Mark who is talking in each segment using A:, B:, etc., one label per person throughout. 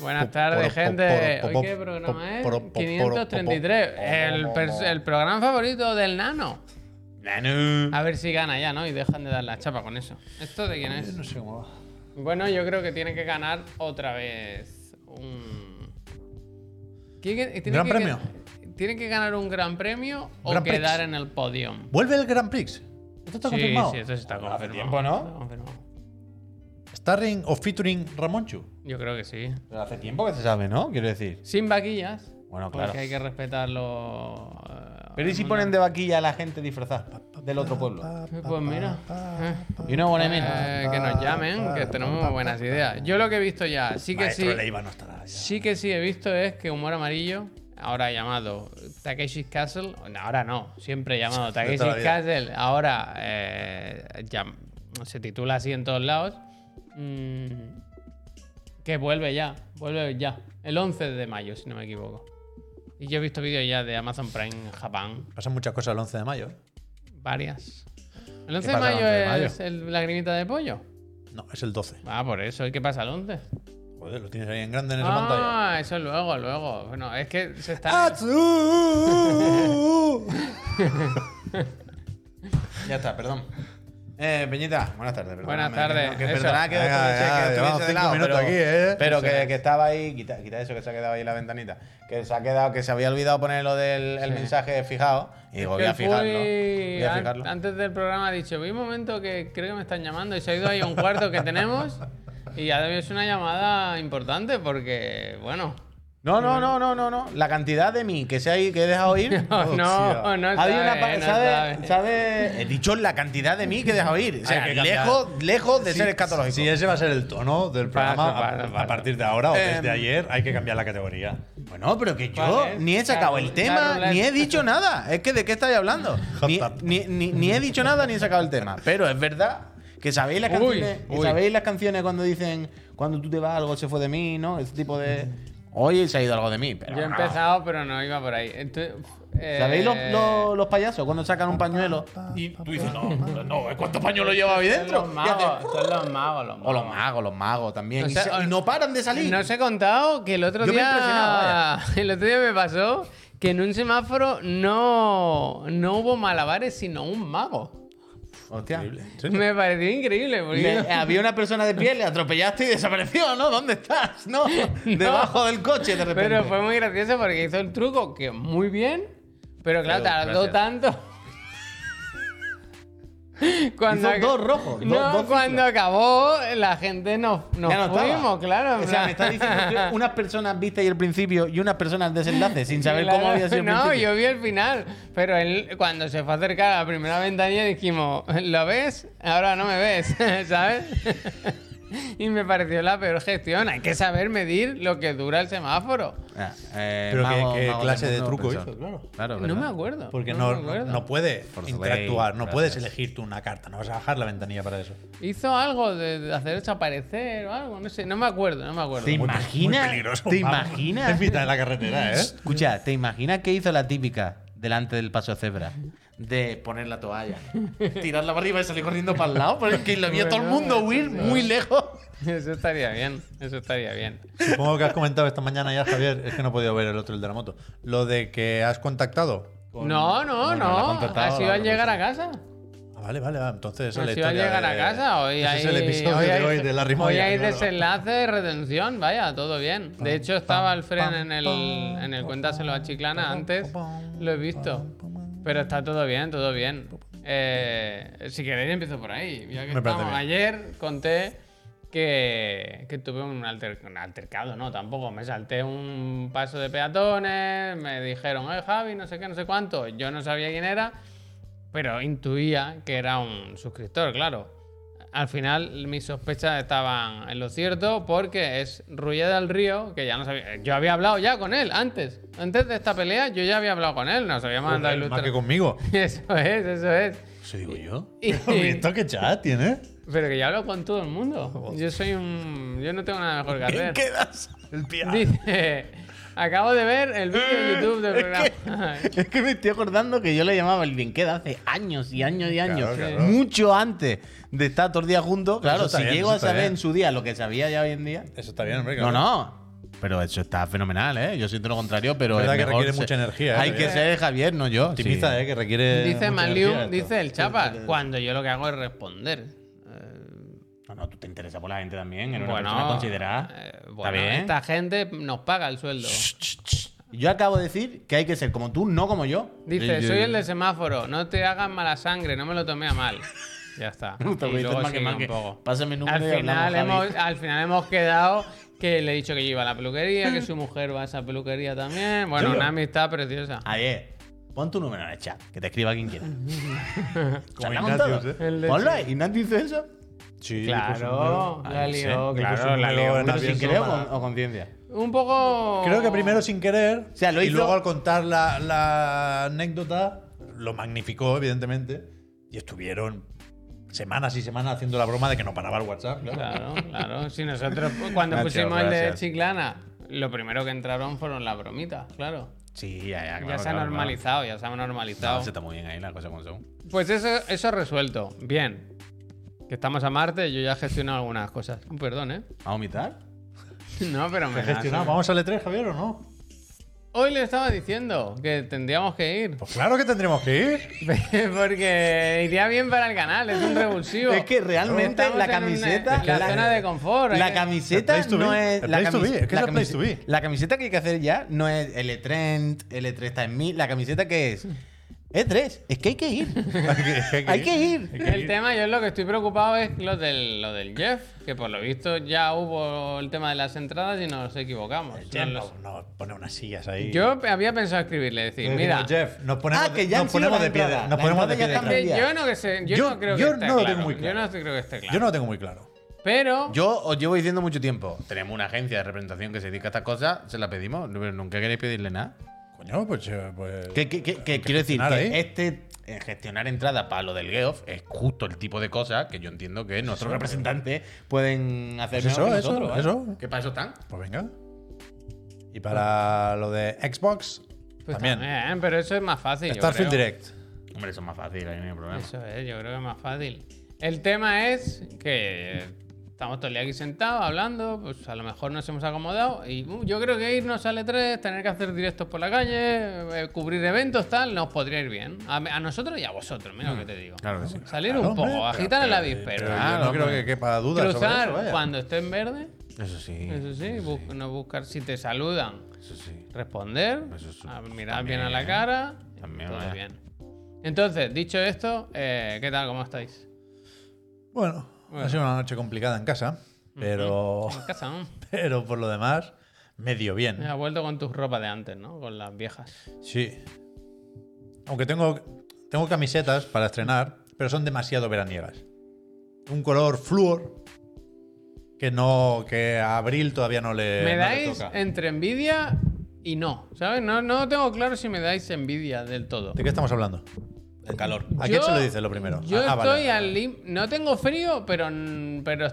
A: Buenas tardes, gente. ¿Hoy qué programa es? 533. El, pers- el programa favorito del nano.
B: Nano.
A: A ver si gana ya, ¿no? Y dejan de dar la chapa con eso. ¿Esto de quién es?
B: No sé cómo va.
A: Bueno, yo creo que tiene que ganar otra vez un. ¿Tiene que- tiene
B: Gran
A: que-
B: premio.
A: Tiene que ganar un gran premio o
B: Gran Prix.
A: quedar en el podium.
B: ¿Vuelve el Grand Prix? ¿Esto está
A: sí,
B: confirmado?
A: sí, esto sí está confirmado.
B: Hace tiempo,
A: Está
B: ¿no?
A: confirmado.
B: Starring o featuring Ramonchu.
A: Yo creo que sí.
B: Pero hace tiempo que se sabe, ¿no? Quiero decir.
A: Sin vaquillas.
B: Bueno,
A: Porque
B: claro.
A: hay que respetarlo. eh,
B: Pero ¿y si
A: al
B: ponen
A: mundo.
B: de vaquilla a la gente disfrazada del otro pueblo?
A: Pues mira. eh.
B: You know what I mean?
A: Eh, que nos llamen, que tenemos buenas ideas. Yo lo que he visto ya, sí que
B: Maestro
A: sí,
B: Leiva no estará ya.
A: sí que sí he visto es que Humor Amarillo, ahora llamado Takeshi's Castle, no, ahora no, siempre llamado
B: toda la
A: Takeshi's
B: vida.
A: Castle, ahora eh, llam- se titula así en todos lados, mm, que vuelve ya, vuelve ya, el 11 de mayo, si no me equivoco. Y yo he visto vídeos ya de Amazon Prime en Japón,
B: Pasan muchas cosas el 11 de mayo. ¿eh?
A: varias. ¿El 11
B: ¿Qué
A: de
B: pasa el
A: mayo
B: 11 de mayo?
A: es el- la grimita de pollo?
B: No, es el 12.
A: Ah, por eso. ¿Y qué pasa el 11?
B: Joder, lo tienes ahí en grande en esa pantalla. Ah,
A: Ah, eso luego, luego. Bueno, es que se está...
B: ¡Atsu! ya está, perdón. Eh, Peñita, buenas tardes. perdóname,
A: Buenas
B: que
A: tardes,
B: no- Que,
A: eso.
B: perdona que
C: Venga,
B: os tuviese-
C: venga,
B: que os tuviese
C: llevamos
B: de
C: cinco
B: lado,
C: minutos
B: pero,
C: aquí, ¿eh?
B: pero
A: Eso
B: que,
A: es.
B: que estaba ahí, quita, quita eso que se ha quedado ahí en la ventanita, que se ha quedado, que se había olvidado poner lo del el
A: Sí.
B: mensaje fijado y digo, Pues voy
A: que
B: a fijarlo,
A: fui
B: voy a
A: an-
B: fijarlo.
A: Antes del programa ha dicho, vi un momento que creo que me están llamando y se ha ido ahí a un cuarto que tenemos y ha debido ser una llamada importante porque, bueno...
B: No, no, no, no, no, no, la cantidad de mí que se ha i- que he dejado ir.
A: No, no, no
B: Había
A: sabe,
B: una pa-
A: no
B: ¿sabe,
A: sabe.
B: sabe- He dicho la cantidad de mí que he dejado ir. O sea,
C: Hay que cambiar.
B: lejos, lejos de ser escatológico.
C: Si ese va a ser el tono del
A: Pasa,
C: programa, a-
A: pasa,
C: a,
A: pasa.
C: partir de ahora o
B: Em,
C: desde ayer, hay que cambiar la categoría.
B: Bueno, pero que yo
A: ¿Cuál es?
B: ni he sacado el
A: La
B: tema,
A: ruleta.
B: ni he dicho nada. Es que de qué estáis hablando.
C: Hot
B: Ni,
C: tap.
B: ni- ni- ni he dicho nada ni he sacado el tema. Pero es verdad que sabéis las
A: Uy,
B: canciones. que
A: uy.
B: sabéis las canciones cuando dicen cuando tú te vas algo se fue de mí, ¿no? Ese tipo de. Oye, se ha ido algo de mí. Pero
A: Yo he
B: no.
A: empezado, pero no iba por ahí. Entonces, uf, eh,
B: ¿Sabéis los, los- los payasos cuando sacan un pañuelo?
C: Y tú dices, no,
B: ¿eh?
C: no, ¿cuánto pañuelo lleva
A: son
C: ahí
A: los
C: dentro?
B: Y hace-
A: magos, son los magos, los
B: O los
A: magos.
B: magos, los magos también.
A: O
B: Y
A: sea,
B: se-
A: o-
B: y no paran de salir.
A: No os he contado que el otro
B: Yo me he
A: día.
B: impresionado,
A: El otro día me pasó que en un semáforo no, no hubo malabares, sino un mago.
B: Hostia.
A: Me pareció increíble. Porque
B: Le- había una persona de pie, le atropellaste y desapareció, ¿no? ¿Dónde estás? No, debajo del coche de repente.
A: Pero pues, fue muy gracioso porque hizo el truco que muy bien, pero claro,
B: Claro,
A: tardó
B: gracias.
A: tanto.
B: Hizo dos rojos, dos-
A: No,
B: dos ciclos.
A: cuando acabó, la gente nos, nos
B: Ya no estaba.
A: fuimos, claro. en
B: O sea,
A: plan-
B: me estás diciendo que unas personas visteis el principio y unas personas el desenlace sin saber
A: Claro,
B: cómo había sido el
A: No,
B: principio.
A: yo vi el final, pero él cuando se fue a acercar a la primera ventanilla dijimos, ¿lo ves? Ahora no me ves, ¿sabes? y me pareció la peor gestión. Hay que saber medir lo que dura el semáforo.
B: Ah, eh,
C: Pero qué-
B: mago-
C: qué
B: mago
C: clase de
B: mundo,
C: truco
B: persona.
C: hizo, claro.
B: Claro,
A: No
B: ¿verdad?
A: me acuerdo.
C: Porque
A: no
C: no,
A: me acuerdo.
C: no puedes
B: Por supuesto.
C: interactuar, no
B: Gracias.
C: puedes elegir tú una carta, no vas a bajar la ventanilla para eso.
A: Hizo algo de de hacer desaparecer o algo, no sé, no me acuerdo, no me acuerdo.
B: ¿Te
C: Muy- muy
B: imaginas?
C: peligroso,
B: ¿Te
C: vamos. En
B: imaginas?
C: mitad de la carretera, ¿eh?
B: Escucha, ¿te imaginas que hizo la típica delante del paso cebra? De poner la toalla, tirarla para arriba y salir corriendo para el lado, porque lo vio todo el mundo huir muy lejos.
A: Eso estaría bien, eso estaría bien.
C: Supongo que has comentado esta mañana ya, Javier, es que no he podido ver el otro, el de la moto. Lo de que has contactado.
A: No, no,
B: Bueno, la ha
A: no,
B: contratado
A: así
B: la
A: va a llegar a
B: persona.
A: casa.
C: Ah, vale, vale, va, entonces esa es la
A: Así Pues va a
C: historia.
A: llegar
C: de-
A: a casa. Hoy
C: ese
A: hay,
C: es el episodio
A: hoy
C: de
A: hay-
C: hoy de Larry
A: Hoy
C: Moya,
A: hay
C: claro.
A: desenlace y retención, vaya, todo bien. De hecho, estaba el Fren en el, en el Cuéntaselo a Chiclana antes, lo he visto. Pero está todo bien, todo bien. Eh, si queréis, empiezo por ahí. Ya que
C: Me parece
A: estamos.
C: bien.
A: Ayer conté que, que tuve un, alter- un altercado, no, tampoco. Me salté un paso de peatones, me dijeron, eh, Javi, no sé qué, no sé cuánto. Yo no sabía quién era pero intuía que era un suscriptor, claro. Al final mis sospechas estaban en lo cierto porque es Rulleda del Río, que ya no sabía... Yo había hablado ya con él antes. Antes de esta pelea yo ya había hablado con él, nos había mandado
C: Más
A: ilustrar.
C: que conmigo.
A: Eso es, eso es.
C: Eso digo yo.
A: Y-
C: ¿Visto qué chat tiene?
A: Pero que yo hablo con todo el mundo. Yo soy un... Yo no tengo nada mejor que hacer.
C: quedas? El pia.
A: Dice... Acabo de ver el vídeo
C: Eh,
A: de YouTube del programa.
B: Es que me estoy acordando que yo le llamaba el Bienqueda hace años y años y años.
C: Claro, claro.
B: Mucho antes de estar todos los días juntos. Claro,
C: está
B: si
C: bien,
B: llego
C: eso
B: a
C: está
B: saber
C: bien.
B: en su día lo que sabía ya hoy en día.
C: Eso está bien, hombre.
B: No,
C: claro.
B: no. Pero eso está fenomenal, ¿eh? Yo siento lo contrario, pero.
C: Verdad
B: es
C: que
B: mejor
C: requiere mucha energía, ¿eh?
B: Hay que
C: Sí.
B: ser Javier, no yo.
C: Optimiza,
B: sí.
C: eh, que requiere.
A: Dice
C: mucha
A: Manliu,
C: energía esto.
A: dice el Chapa, cuando yo lo que hago es responder. Eh,
B: No, no, tú te interesas por la gente también. Eres una persona
A: bueno,
B: considerada.
A: eh,
B: ¿Está
A: bueno,
B: bien?
A: esta gente nos paga el sueldo.
B: Yo acabo de decir que hay que ser como tú, no como yo.
A: Dice, soy el de semáforo, no te hagas mala sangre, no me lo tomé a mal. Ya está.
B: Te voy a
A: Y luego
B: decir más que
A: sigue
B: más
A: un
B: que-
A: poco.
B: Pásame el número
A: Al
B: y hablamos,
A: final,
B: Javi.
A: hemos, al final hemos quedado que le he dicho que yo iba a la peluquería, que su mujer va a esa peluquería también. Bueno,
B: ¿Serio?
A: una amistad preciosa.
B: Javier, pon tu número en el chat, que te escriba quien quiera.
C: Como
B: ¿Se la ha
C: Ignatius,
B: montado?
C: ¿eh?
A: El de-
B: Ponlo ahí. ¿Ignacio hizo eso?
C: Sí, pues, puso un
A: Claro,
C: número.
A: la
B: Ay, no sé.
A: lió,
B: Él
C: puso
A: claro,
C: un
A: la
C: número
A: lió.
C: en
B: ¿Pero
C: Nadie
B: sin
C: hizo
B: querer o
C: nada.
B: con- o con ciencia?
A: Un poco.
C: Creo que primero sin querer.
B: sea, lo
C: y
B: hizo-
C: luego al contar la, la anécdota, lo magnificó, evidentemente. Y estuvieron semanas y semanas haciendo la broma de que no paraba el WhatsApp. claro.
A: Claro, claro. Si nosotros, pues, cuando
B: Nacho,
A: pusimos el de
B: gracias.
A: Chiclana, lo primero que entraron fueron las bromitas, claro.
B: Sí, ya, ya.
A: ya
B: Ah, claro,
A: se ha
B: claro,
A: normalizado, ya se ha
B: claro.
A: normalizado.
B: No, se está muy bien ahí la cosa como son.
A: Pues eso, eso resuelto. Bien. Que estamos a Marte, yo ya he gestionado algunas cosas. Perdón, ¿eh?
B: ¿A vomitar?
A: No, pero me. da-
C: Gestionado. ¿Vamos al E3, Javier, o no?
A: Hoy le estaba diciendo que tendríamos que ir.
C: Pues claro que tendremos que ir.
A: Porque iría bien para el canal, es un revulsivo.
B: Es que realmente
A: Estamos
B: la
A: en un-
B: camiseta.
A: en la, zona de confort. hay
B: La
A: que-
B: camiseta
C: El place to
B: no
C: be,
B: es.
C: el
B: La
C: place to
B: camis-
C: be, es que
B: la
C: es el place
B: camis-
C: to be.
B: La camiseta que hay que hacer ya no es L3, L3 E está en mí. La camiseta que es. E3, es que hay que ir.
C: hay
B: Hay que ir.
A: El tema, yo lo que estoy preocupado es lo del, lo del Jeff, que por lo visto ya hubo el tema de las entradas y nos equivocamos. Nos
C: Jeff,
A: los-
C: no, no, pone unas sillas ahí.
A: Yo había pensado escribirle, decir,
C: Le
A: mira,
C: decimos, Jeff, nos ponemos,
B: Ah, que
C: de-
B: ya han
C: nos
B: sido
C: ponemos
B: la
C: de pie.
B: entrada. La
C: de- Nos ponemos
B: entrada
C: de
B: ya
C: pie
B: está
C: detrás.
A: que
B: cambiada.
A: yo no que sé, yo,
C: Yo-
A: no creo
C: yo
A: que esté
C: no lo
A: claro,
C: tengo muy
A: Yo
C: claro.
A: no creo que esté claro.
C: Yo no lo tengo muy claro.
A: Pero
B: Yo os llevo diciendo mucho tiempo. Tenemos una agencia de representación que se dedica a estas cosas, se la pedimos, pero nunca queréis pedirle nada.
C: Coño, pues. eh, pues-
B: Que, que- que- que quiero decir
C: gestionar
B: que
C: ahí.
B: este eh, gestionar entrada para lo del Geoff es justo el tipo de cosa que yo entiendo que nuestros representantes pueden hacer
C: Pues
B: mejor que
C: eso,
B: nosotros,
C: eso,
B: ¿eh?
C: eso.
B: Que para eso están.
C: Pues venga. Y para lo de Xbox,
A: pues
C: también.
A: también, pero eso es más fácil. yo
C: Starfield
A: creo.
C: Direct.
B: Hombre, eso es más fácil, ahí no hay problema.
A: Eso es, yo creo que es más fácil. El tema es que eh, estamos todo el día aquí sentados hablando, pues a lo mejor nos hemos acomodado y uh, yo creo que irnos al E3, tener que hacer directos por la calle, eh, cubrir eventos, tal, nos podría ir bien. A, a nosotros y a vosotros, mira lo que te digo.
B: Claro que sí.
A: Salir
C: Hmm. Claro,
A: un
C: hombre,
A: poco,
C: pero-
A: agitar el
C: pero-
A: avispero.
C: pero yo
B: Claro,
C: no creo
B: hombre.
C: que quepa duda. sobre
A: Cruzar
C: eso, vaya. Hmm.
A: cuando esté en verde,
B: Eso sí.
A: eso sí, bu- no buscar si te saludan,
B: Eso sí.
A: responder,
C: Pues,
B: Eso es-
A: a mirar
B: también,
A: bien a la cara,
B: También,
A: todo
B: vaya.
A: bien. Entonces, dicho esto, eh, ¿qué tal? ¿Cómo estáis?
C: Bueno, ha sido una noche complicada en casa, pero,
A: En casa, ¿no?
C: pero por lo demás, medio bien.
A: Me has vuelto con tus ropas de antes, ¿no? Con las
C: Eh,
A: viejas.
C: Sí. Aunque tengo, tengo camisetas para estrenar, pero son demasiado veraniegas. Un color flúor que no que a abril todavía no le,
A: me
C: no le
A: dais
C: toca.
A: entre envidia y no, ¿sabes? No, no tengo claro si me dais envidia del todo.
C: ¿De qué estamos hablando?
B: El calor.
C: ¿A
A: Yo-
C: quién se lo dices lo primero?
A: Yo
C: Ah, vale.
A: estoy al lim- No tengo frío, pero, n- pero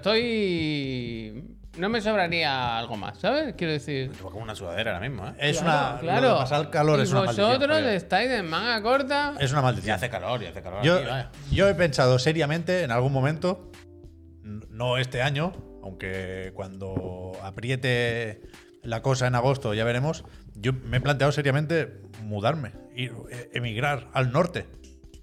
A: estoy. No me sobraría algo más, ¿sabes? Quiero decir.
B: Llevo como una sudadera ahora mismo, ¿eh?
C: Es
A: Claro,
C: una.
A: claro.
C: lo de pasar calor
A: y
C: es una maldición.
A: Vosotros
C: Javier.
A: estáis de manga corta.
C: Es una
B: Ya
C: maldición.
B: hace calor, ya hace calor.
C: Yo,
B: aquí, vaya.
C: yo he pensado seriamente en algún momento, n- no este año, aunque cuando apriete la cosa en agosto ya veremos, yo me he planteado seriamente mudarme, ir, e- emigrar al norte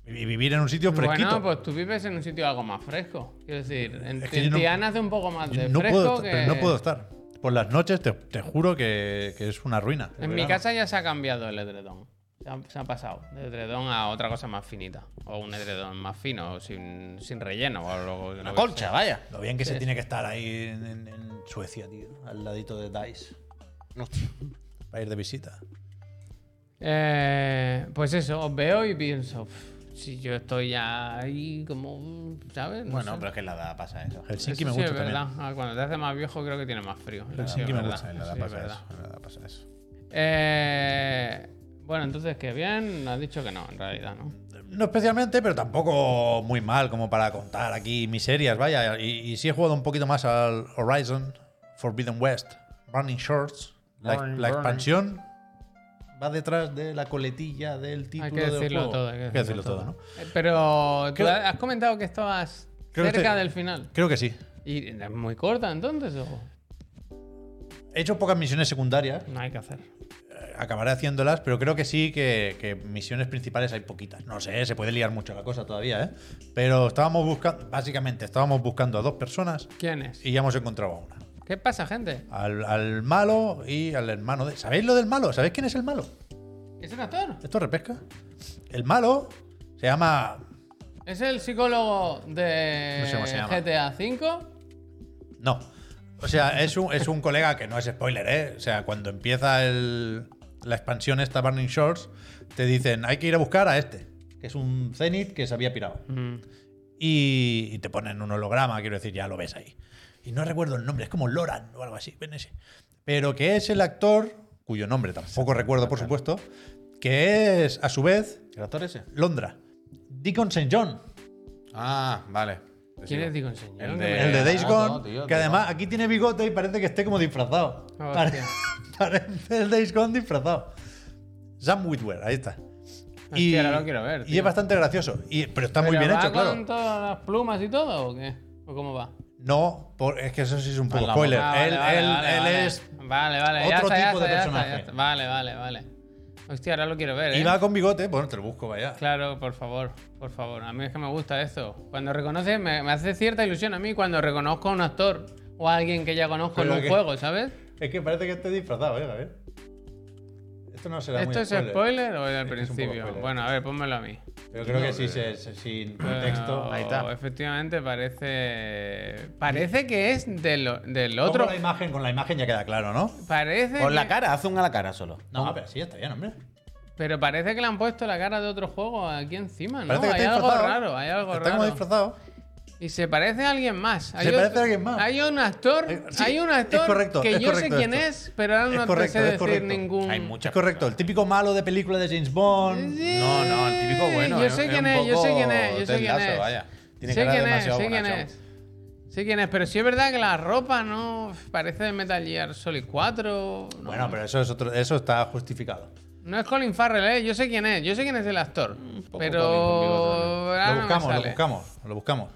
C: y vivir en un sitio fresquito.
A: Bueno, pues tú vives en un sitio algo más fresco. Quiero decir, en
C: Es que yo no-
A: Tiana hace un poco más de
C: no,
A: fresco
C: puedo,
A: que.
C: pero no puedo estar. Por las noches te, te juro que, que es una ruina. el
A: En mi
C: verano.
A: casa ya se ha cambiado el edredón. Se ha, se ha pasado de edredón a otra cosa más finita. O un edredón más fino, o sin, sin relleno. O lo- lo
B: Una
A: que
B: colcha, vaya.
C: Lo bien que se tiene que estar ahí en, en- en Suecia, tío, al ladito de Dice,
B: Hostia.
C: para ir de visita.
A: sea. Eh, pues eso, os veo y pienso. "Uf, Si yo estoy ya ahí como. mm, ¿Sabes? No
B: Bueno,
A: sé".
B: pero es que la edad pasa eso.
A: Eso
C: Helsinki me
A: sí
C: gusta
A: es
C: también.
A: verdad. Ah, cuando te hace más viejo, creo que tiene más frío. Sí, es
C: me
A: verdad.
C: gusta,
B: En la
A: Sí,
B: edad
A: es
B: pasa
A: verdad.
B: eso. En la edad pasa eso.
A: Eh, bueno, entonces, qué bien. Has dicho que no, en realidad, ¿no?
C: No especialmente, pero tampoco muy mal como para contar aquí miserias, vaya. Y, y sí he jugado un poquito más al Horizon, Forbidden West, Burning Shorts. La,
B: Burning,
C: la
B: burning.
C: expansión va detrás de la coletilla del título
A: Hay que
C: del
A: decirlo
C: juego.
A: todo.
C: Hay que decirlo todo, ¿no?
A: Eh, Pero tú
C: Creo-
A: has comentado que estabas
C: Creo que
A: cerca
C: estoy-
A: del final.
C: Creo que sí.
A: ¿Y es muy corta entonces? o?
C: He hecho pocas misiones secundarias,
A: No hay que hacer.
C: eh, acabaré haciéndolas, pero creo que sí que, que misiones principales hay poquitas. No sé, se puede liar mucho la cosa todavía, ¿eh? Pero estábamos buscando, básicamente, estábamos buscando a dos personas
A: ¿Quién es?
C: y ya hemos encontrado a una.
A: ¿Qué pasa, gente?
C: Al, al malo y al hermano de... ¿Sabéis lo del malo? ¿Sabéis quién es el malo?
A: ¿Es el actor?
C: ¿Esto repesca? El malo se llama...
A: ¿Es el psicólogo de
C: No sé cómo se llama.
A: GTA V?
C: No. O sea, es un, es un colega que no es spoiler, ¿eh? O sea, cuando empieza el- la expansión esta Burning Shores, te dicen, hay que ir a buscar a este, que es un Zenith que se había pirado. Y, y te ponen un holograma, quiero decir, ya lo ves ahí. Y no recuerdo el nombre, es como Loran o algo así, ven ese. Pero que es el actor, cuyo nombre tampoco recuerdo, por supuesto, que es, a su vez,
B: ¿El actor ese?
C: Londra. Deacon St. John.
B: Ah, vale.
A: ¿Quién es
B: Sí.
A: Deacon Señor?
B: El
A: Que
B: de-
A: me-
C: El de Days
B: no,
C: Gone,
B: no, tío,
C: que
B: tío,
C: además aquí tiene bigote y parece que esté como disfrazado.
A: Oh, Hostia.
C: Pare- parece el Days Gone disfrazado. Sam Witwer, ahí está.
A: Hostia, ahora lo quiero ver,
C: Y
A: tío.
C: es bastante gracioso. Y, pero está
A: ¿Pero
C: muy bien
A: va
C: hecho, claro.
A: con todas las plumas y todo o qué? ¿O cómo va?
C: No, por- es que eso sí es un poco
B: la
C: spoiler.
A: Ah, vale,
C: él
A: vale,
C: él-
A: vale,
C: él
A: vale.
C: es.
A: Vale, vale, ya
C: otro
A: está, ya
C: tipo
A: está,
C: de
A: ya está,
C: personaje.
A: ya está. Vale, vale, vale. Hostia, ahora lo quiero ver, ¿eh?
C: Y va con bigote. Bueno, te lo busco, vaya.
A: Claro, por favor, por favor. A mí es que me gusta esto. Cuando reconoces, me, me hace cierta ilusión a mí cuando reconozco a un actor o a alguien que ya conozco
C: Pero
A: en un
C: que-
A: juego, ¿sabes?
C: Es que parece que esté disfrazado, eh, a ver. Esto no será muy
A: ¿Esto es spoiler, o es al
C: Es que es un poco
A: principio?
C: spoiler.
A: bueno, a ver, pónmelo a mí.
C: Yo creo que sí,
A: eh.
C: se- se- sin contexto.
A: Pero
C: Ahí está.
A: Efectivamente, parece. Parece que es de lo- del
C: Otro...
A: otro.
C: la imagen, con la imagen ya queda claro, ¿no?
A: Parece.
B: Con la
A: que-
B: cara, haz un a la cara solo.
C: No, pero sí, está bien, hombre.
A: Pero parece que le han puesto la cara de otro juego aquí encima, ¿no?
C: Parece que
A: hay
C: está
A: algo
C: disfrazado.
A: raro, hay algo
C: Está como
A: raro.
C: disfrazado.
A: Y se parece a alguien más. Hay
C: parece
A: otro-
C: a alguien más.
A: Hay un actor,
C: Eh, sí,
A: hay un
C: es
A: actor
C: correcto,
A: que
C: es
A: yo sé
C: correcto
A: quién
C: esto.
A: es, pero ahora
C: Es
A: no te
C: correcto,
A: sé
C: es
A: decir
C: correcto.
A: ningún.
B: Hay muchas
C: Es correcto, el típico malo de película de James Bond.
A: Sí.
B: No, no, el típico bueno.
C: ¿eh?
A: Yo sé quién es, yo sé quién es, yo sé quién es.
B: Tiene
A: sé
B: cara
A: quién es,
B: demasiado
A: sé quién
B: bonachón.
A: es. Sé quién es, pero sí es verdad que la ropa no parece de Metal Gear Solid 4. no.
C: Bueno, pero eso es otro, eso está justificado.
A: No es Colin Farrell, ¿eh? Yo sé quién es, yo sé quién es el actor. Pero.
B: Colin conmigo
A: ahora no
C: lo
A: me
C: buscamos, lo
A: sale.
C: buscamos, lo buscamos.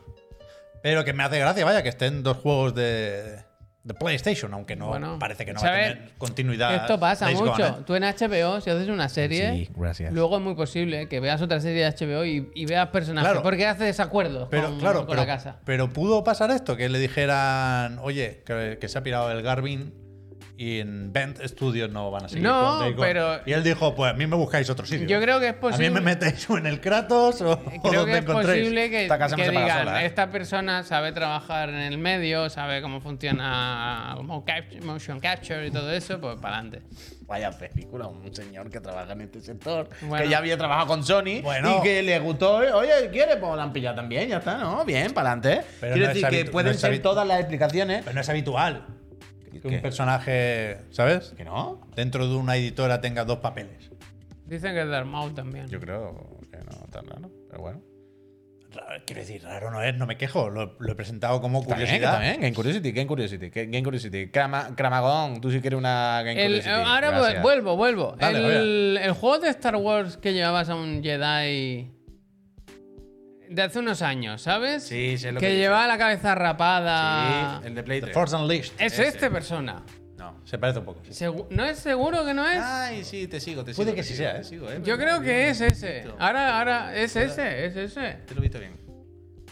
C: Pero que me hace gracia, vaya, que estén dos juegos de, de PlayStation, aunque no
A: Bueno,
C: parece que no va
A: ¿sabes?
C: a tener continuidad.
A: Esto pasa
C: Days Gone,
A: mucho.
C: ¿eh?
A: Tú en HBO, si haces una serie,
B: Sí, gracias.
A: luego es muy posible ¿eh? que veas otra serie de HBO y, y veas personajes.
C: Claro.
A: Porque hace desacuerdos
C: Pero
A: con,
C: claro,
A: con
C: pero,
A: la casa.
C: pero pudo pasar esto, que le dijeran, oye, que, que se ha pirado el Garvin y en Bent Studios no van a seguir.
A: No,
C: con Days Gone".
A: pero-
C: Y él dijo, pues a mí me buscáis otro sitio.
A: Yo creo que es posible.
C: A mí me metéis o en el Kratos o, o
A: Creo
C: donde
A: que es
C: encontréis.
A: posible que,
B: Esta casa no
A: que
B: se paga
A: digan,
B: sola, ¿eh?
A: esta persona sabe trabajar en el medio, sabe cómo funciona como cap- motion capture y todo eso, pues para adelante.
B: Vaya película, un señor que trabaja en este sector,
A: Bueno.
B: que ya había trabajado con Sony
C: Bueno.
B: y que le gustó, oye, ¿quiere? Pues la han pillado también, ya está, ¿no? Bien, para adelante.
C: Pero
B: Quiero
C: no es
B: decir que
C: habitu-
B: pueden
C: no es
B: ser
C: habitu-
B: todas las explicaciones.
C: Pero no es habitual que
B: ¿Qué?
C: un personaje, ¿sabes?
B: ¿Que no?
C: Dentro de una editora tenga dos papeles.
A: Dicen que es Darmau también.
B: creo que no, tan raro, pero bueno.
C: Raro- Quiero decir, raro no es, no me quejo. Lo, lo he presentado como curiosidad.
B: Curiosidad. También, Game Curiosity, Game Curiosity, que- Game Curiosity. Crama- Cramagón, tú si quieres una Game
A: El-
B: Curiosity.
A: ahora vu-
B: Gracias.
A: vuelvo, vuelvo.
C: Dale,
A: el, el juego de Star Wars que llevabas a un Jedi de hace unos años, ¿sabes?
B: Sí, sé lo que
A: que
B: dices.
A: llevaba la cabeza rapada.
B: Sí, el de Play
C: The
B: 3.
C: Force Unleashed.
A: Es este persona.
B: No.
C: Se parece un poco.
A: Segu- ¿No es seguro que no es?
B: Ay, sí, te sigo, te sigo.
C: Puede que
B: te
C: sí
B: sigo,
C: sea,
B: te
C: ¿eh?
B: sigo, ¿eh?
A: Yo creo que es ese. Ahora, ahora, es ese, es ese.
B: Te lo he visto bien.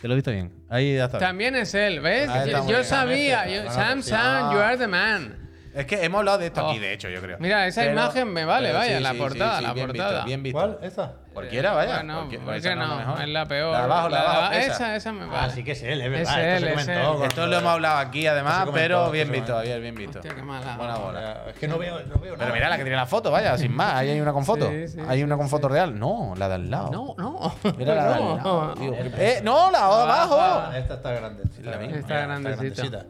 B: Te lo he visto bien.
C: Ahí ya está.
A: También es él, ¿ves?
B: Ah, está
A: Yo-
B: muy
A: yo
B: bien.
A: sabía,
B: Este,
A: yo-
B: bueno,
A: Sam,
B: pues sí.
A: Sam,
B: Ah.
A: you are the man.
B: Es que hemos hablado de esto aquí,
A: Oh.
B: de hecho, yo creo.
A: Mira, esa
B: Pero-
A: imagen me vale,
B: pero
A: vaya,
B: sí,
A: la
B: sí,
A: portada,
B: sí, sí,
A: la
B: bien visto,
A: portada.
B: bien visto.
C: ¿Cuál? ¿Esta?
B: Cualquiera, vaya.
A: Bueno,
B: cualquier-
A: ¿por
B: esa
A: qué
B: es la
A: no?
B: mejor.
A: Es la peor.
B: La de abajo, la de abajo.
A: esa. esa, me vale.
C: Ah, sí que es él, es
A: Es
C: verdad.
A: él,
C: esto se
A: es
C: comentó.
A: él.
C: con-
B: Esto lo hemos hablado aquí, además,
C: Esto se comentó,
B: pero
C: esto
B: bien
C: se
B: visto,
C: comentó.
B: Javier, bien visto.
A: Hostia, qué mala.
B: Buena bola.
C: Es que no veo, no veo
B: Pero
C: nada.
B: mira la que tiene la foto, vaya, sin más. Ahí hay una con foto.
A: Sí, sí,
B: hay una
A: sí,
B: con
A: sí.
B: foto real. No, la de al lado.
A: No, no.
B: Era la de al lado,
A: no.
B: tío. Eh, no, la de abajo.
C: Ah, esta está grande.
B: la misma.
A: Está grandecita.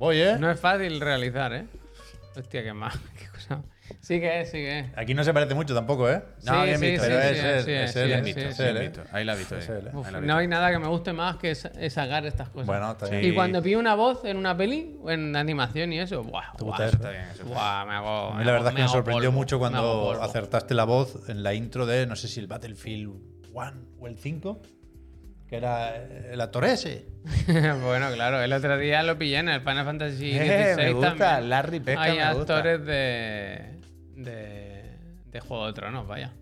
C: Voy, ¿eh?
A: No es fácil realizar, ¿eh? Hostia, qué mal. Qué cosa. Sí que es, sí que es.
C: Aquí no se parece mucho tampoco, ¿eh?
A: No, Sí, bien sí, visto, sí,
C: Pero
A: sí,
C: es él,
A: sí,
C: es
A: sí,
C: él,
B: Bien
C: es
A: sí,
B: visto,
C: él, es
B: bien
C: él, ¿eh?
B: visto. Ahí la he visto. ahí.
C: Es él, eh.
A: Uf,
B: Ahí la he
A: no
B: visto.
A: hay nada que me guste más que sa- es sacar estas cosas.
C: Bueno, está bien.
A: Y cuando pido una voz en una peli o en animación y eso, ¡buah!
C: ¿Te
A: ¡buah!
C: gusta
B: Está bien, eso.
A: Buah, me hago.
C: A mí la verdad es que me sorprendió mucho cuando
A: acerté
C: acertaste la voz en la intro de, no sé si el Battlefield 1 o el 5. que era eh, el actor ese.
A: bueno, claro, el otro día lo pillé en el Final Fantasy
B: Eh,
A: XVI
B: me gusta,
A: también.
B: Larry Pesca
A: Hay
B: me gusta.
A: actores de, de. de Juego de Tronos, vaya.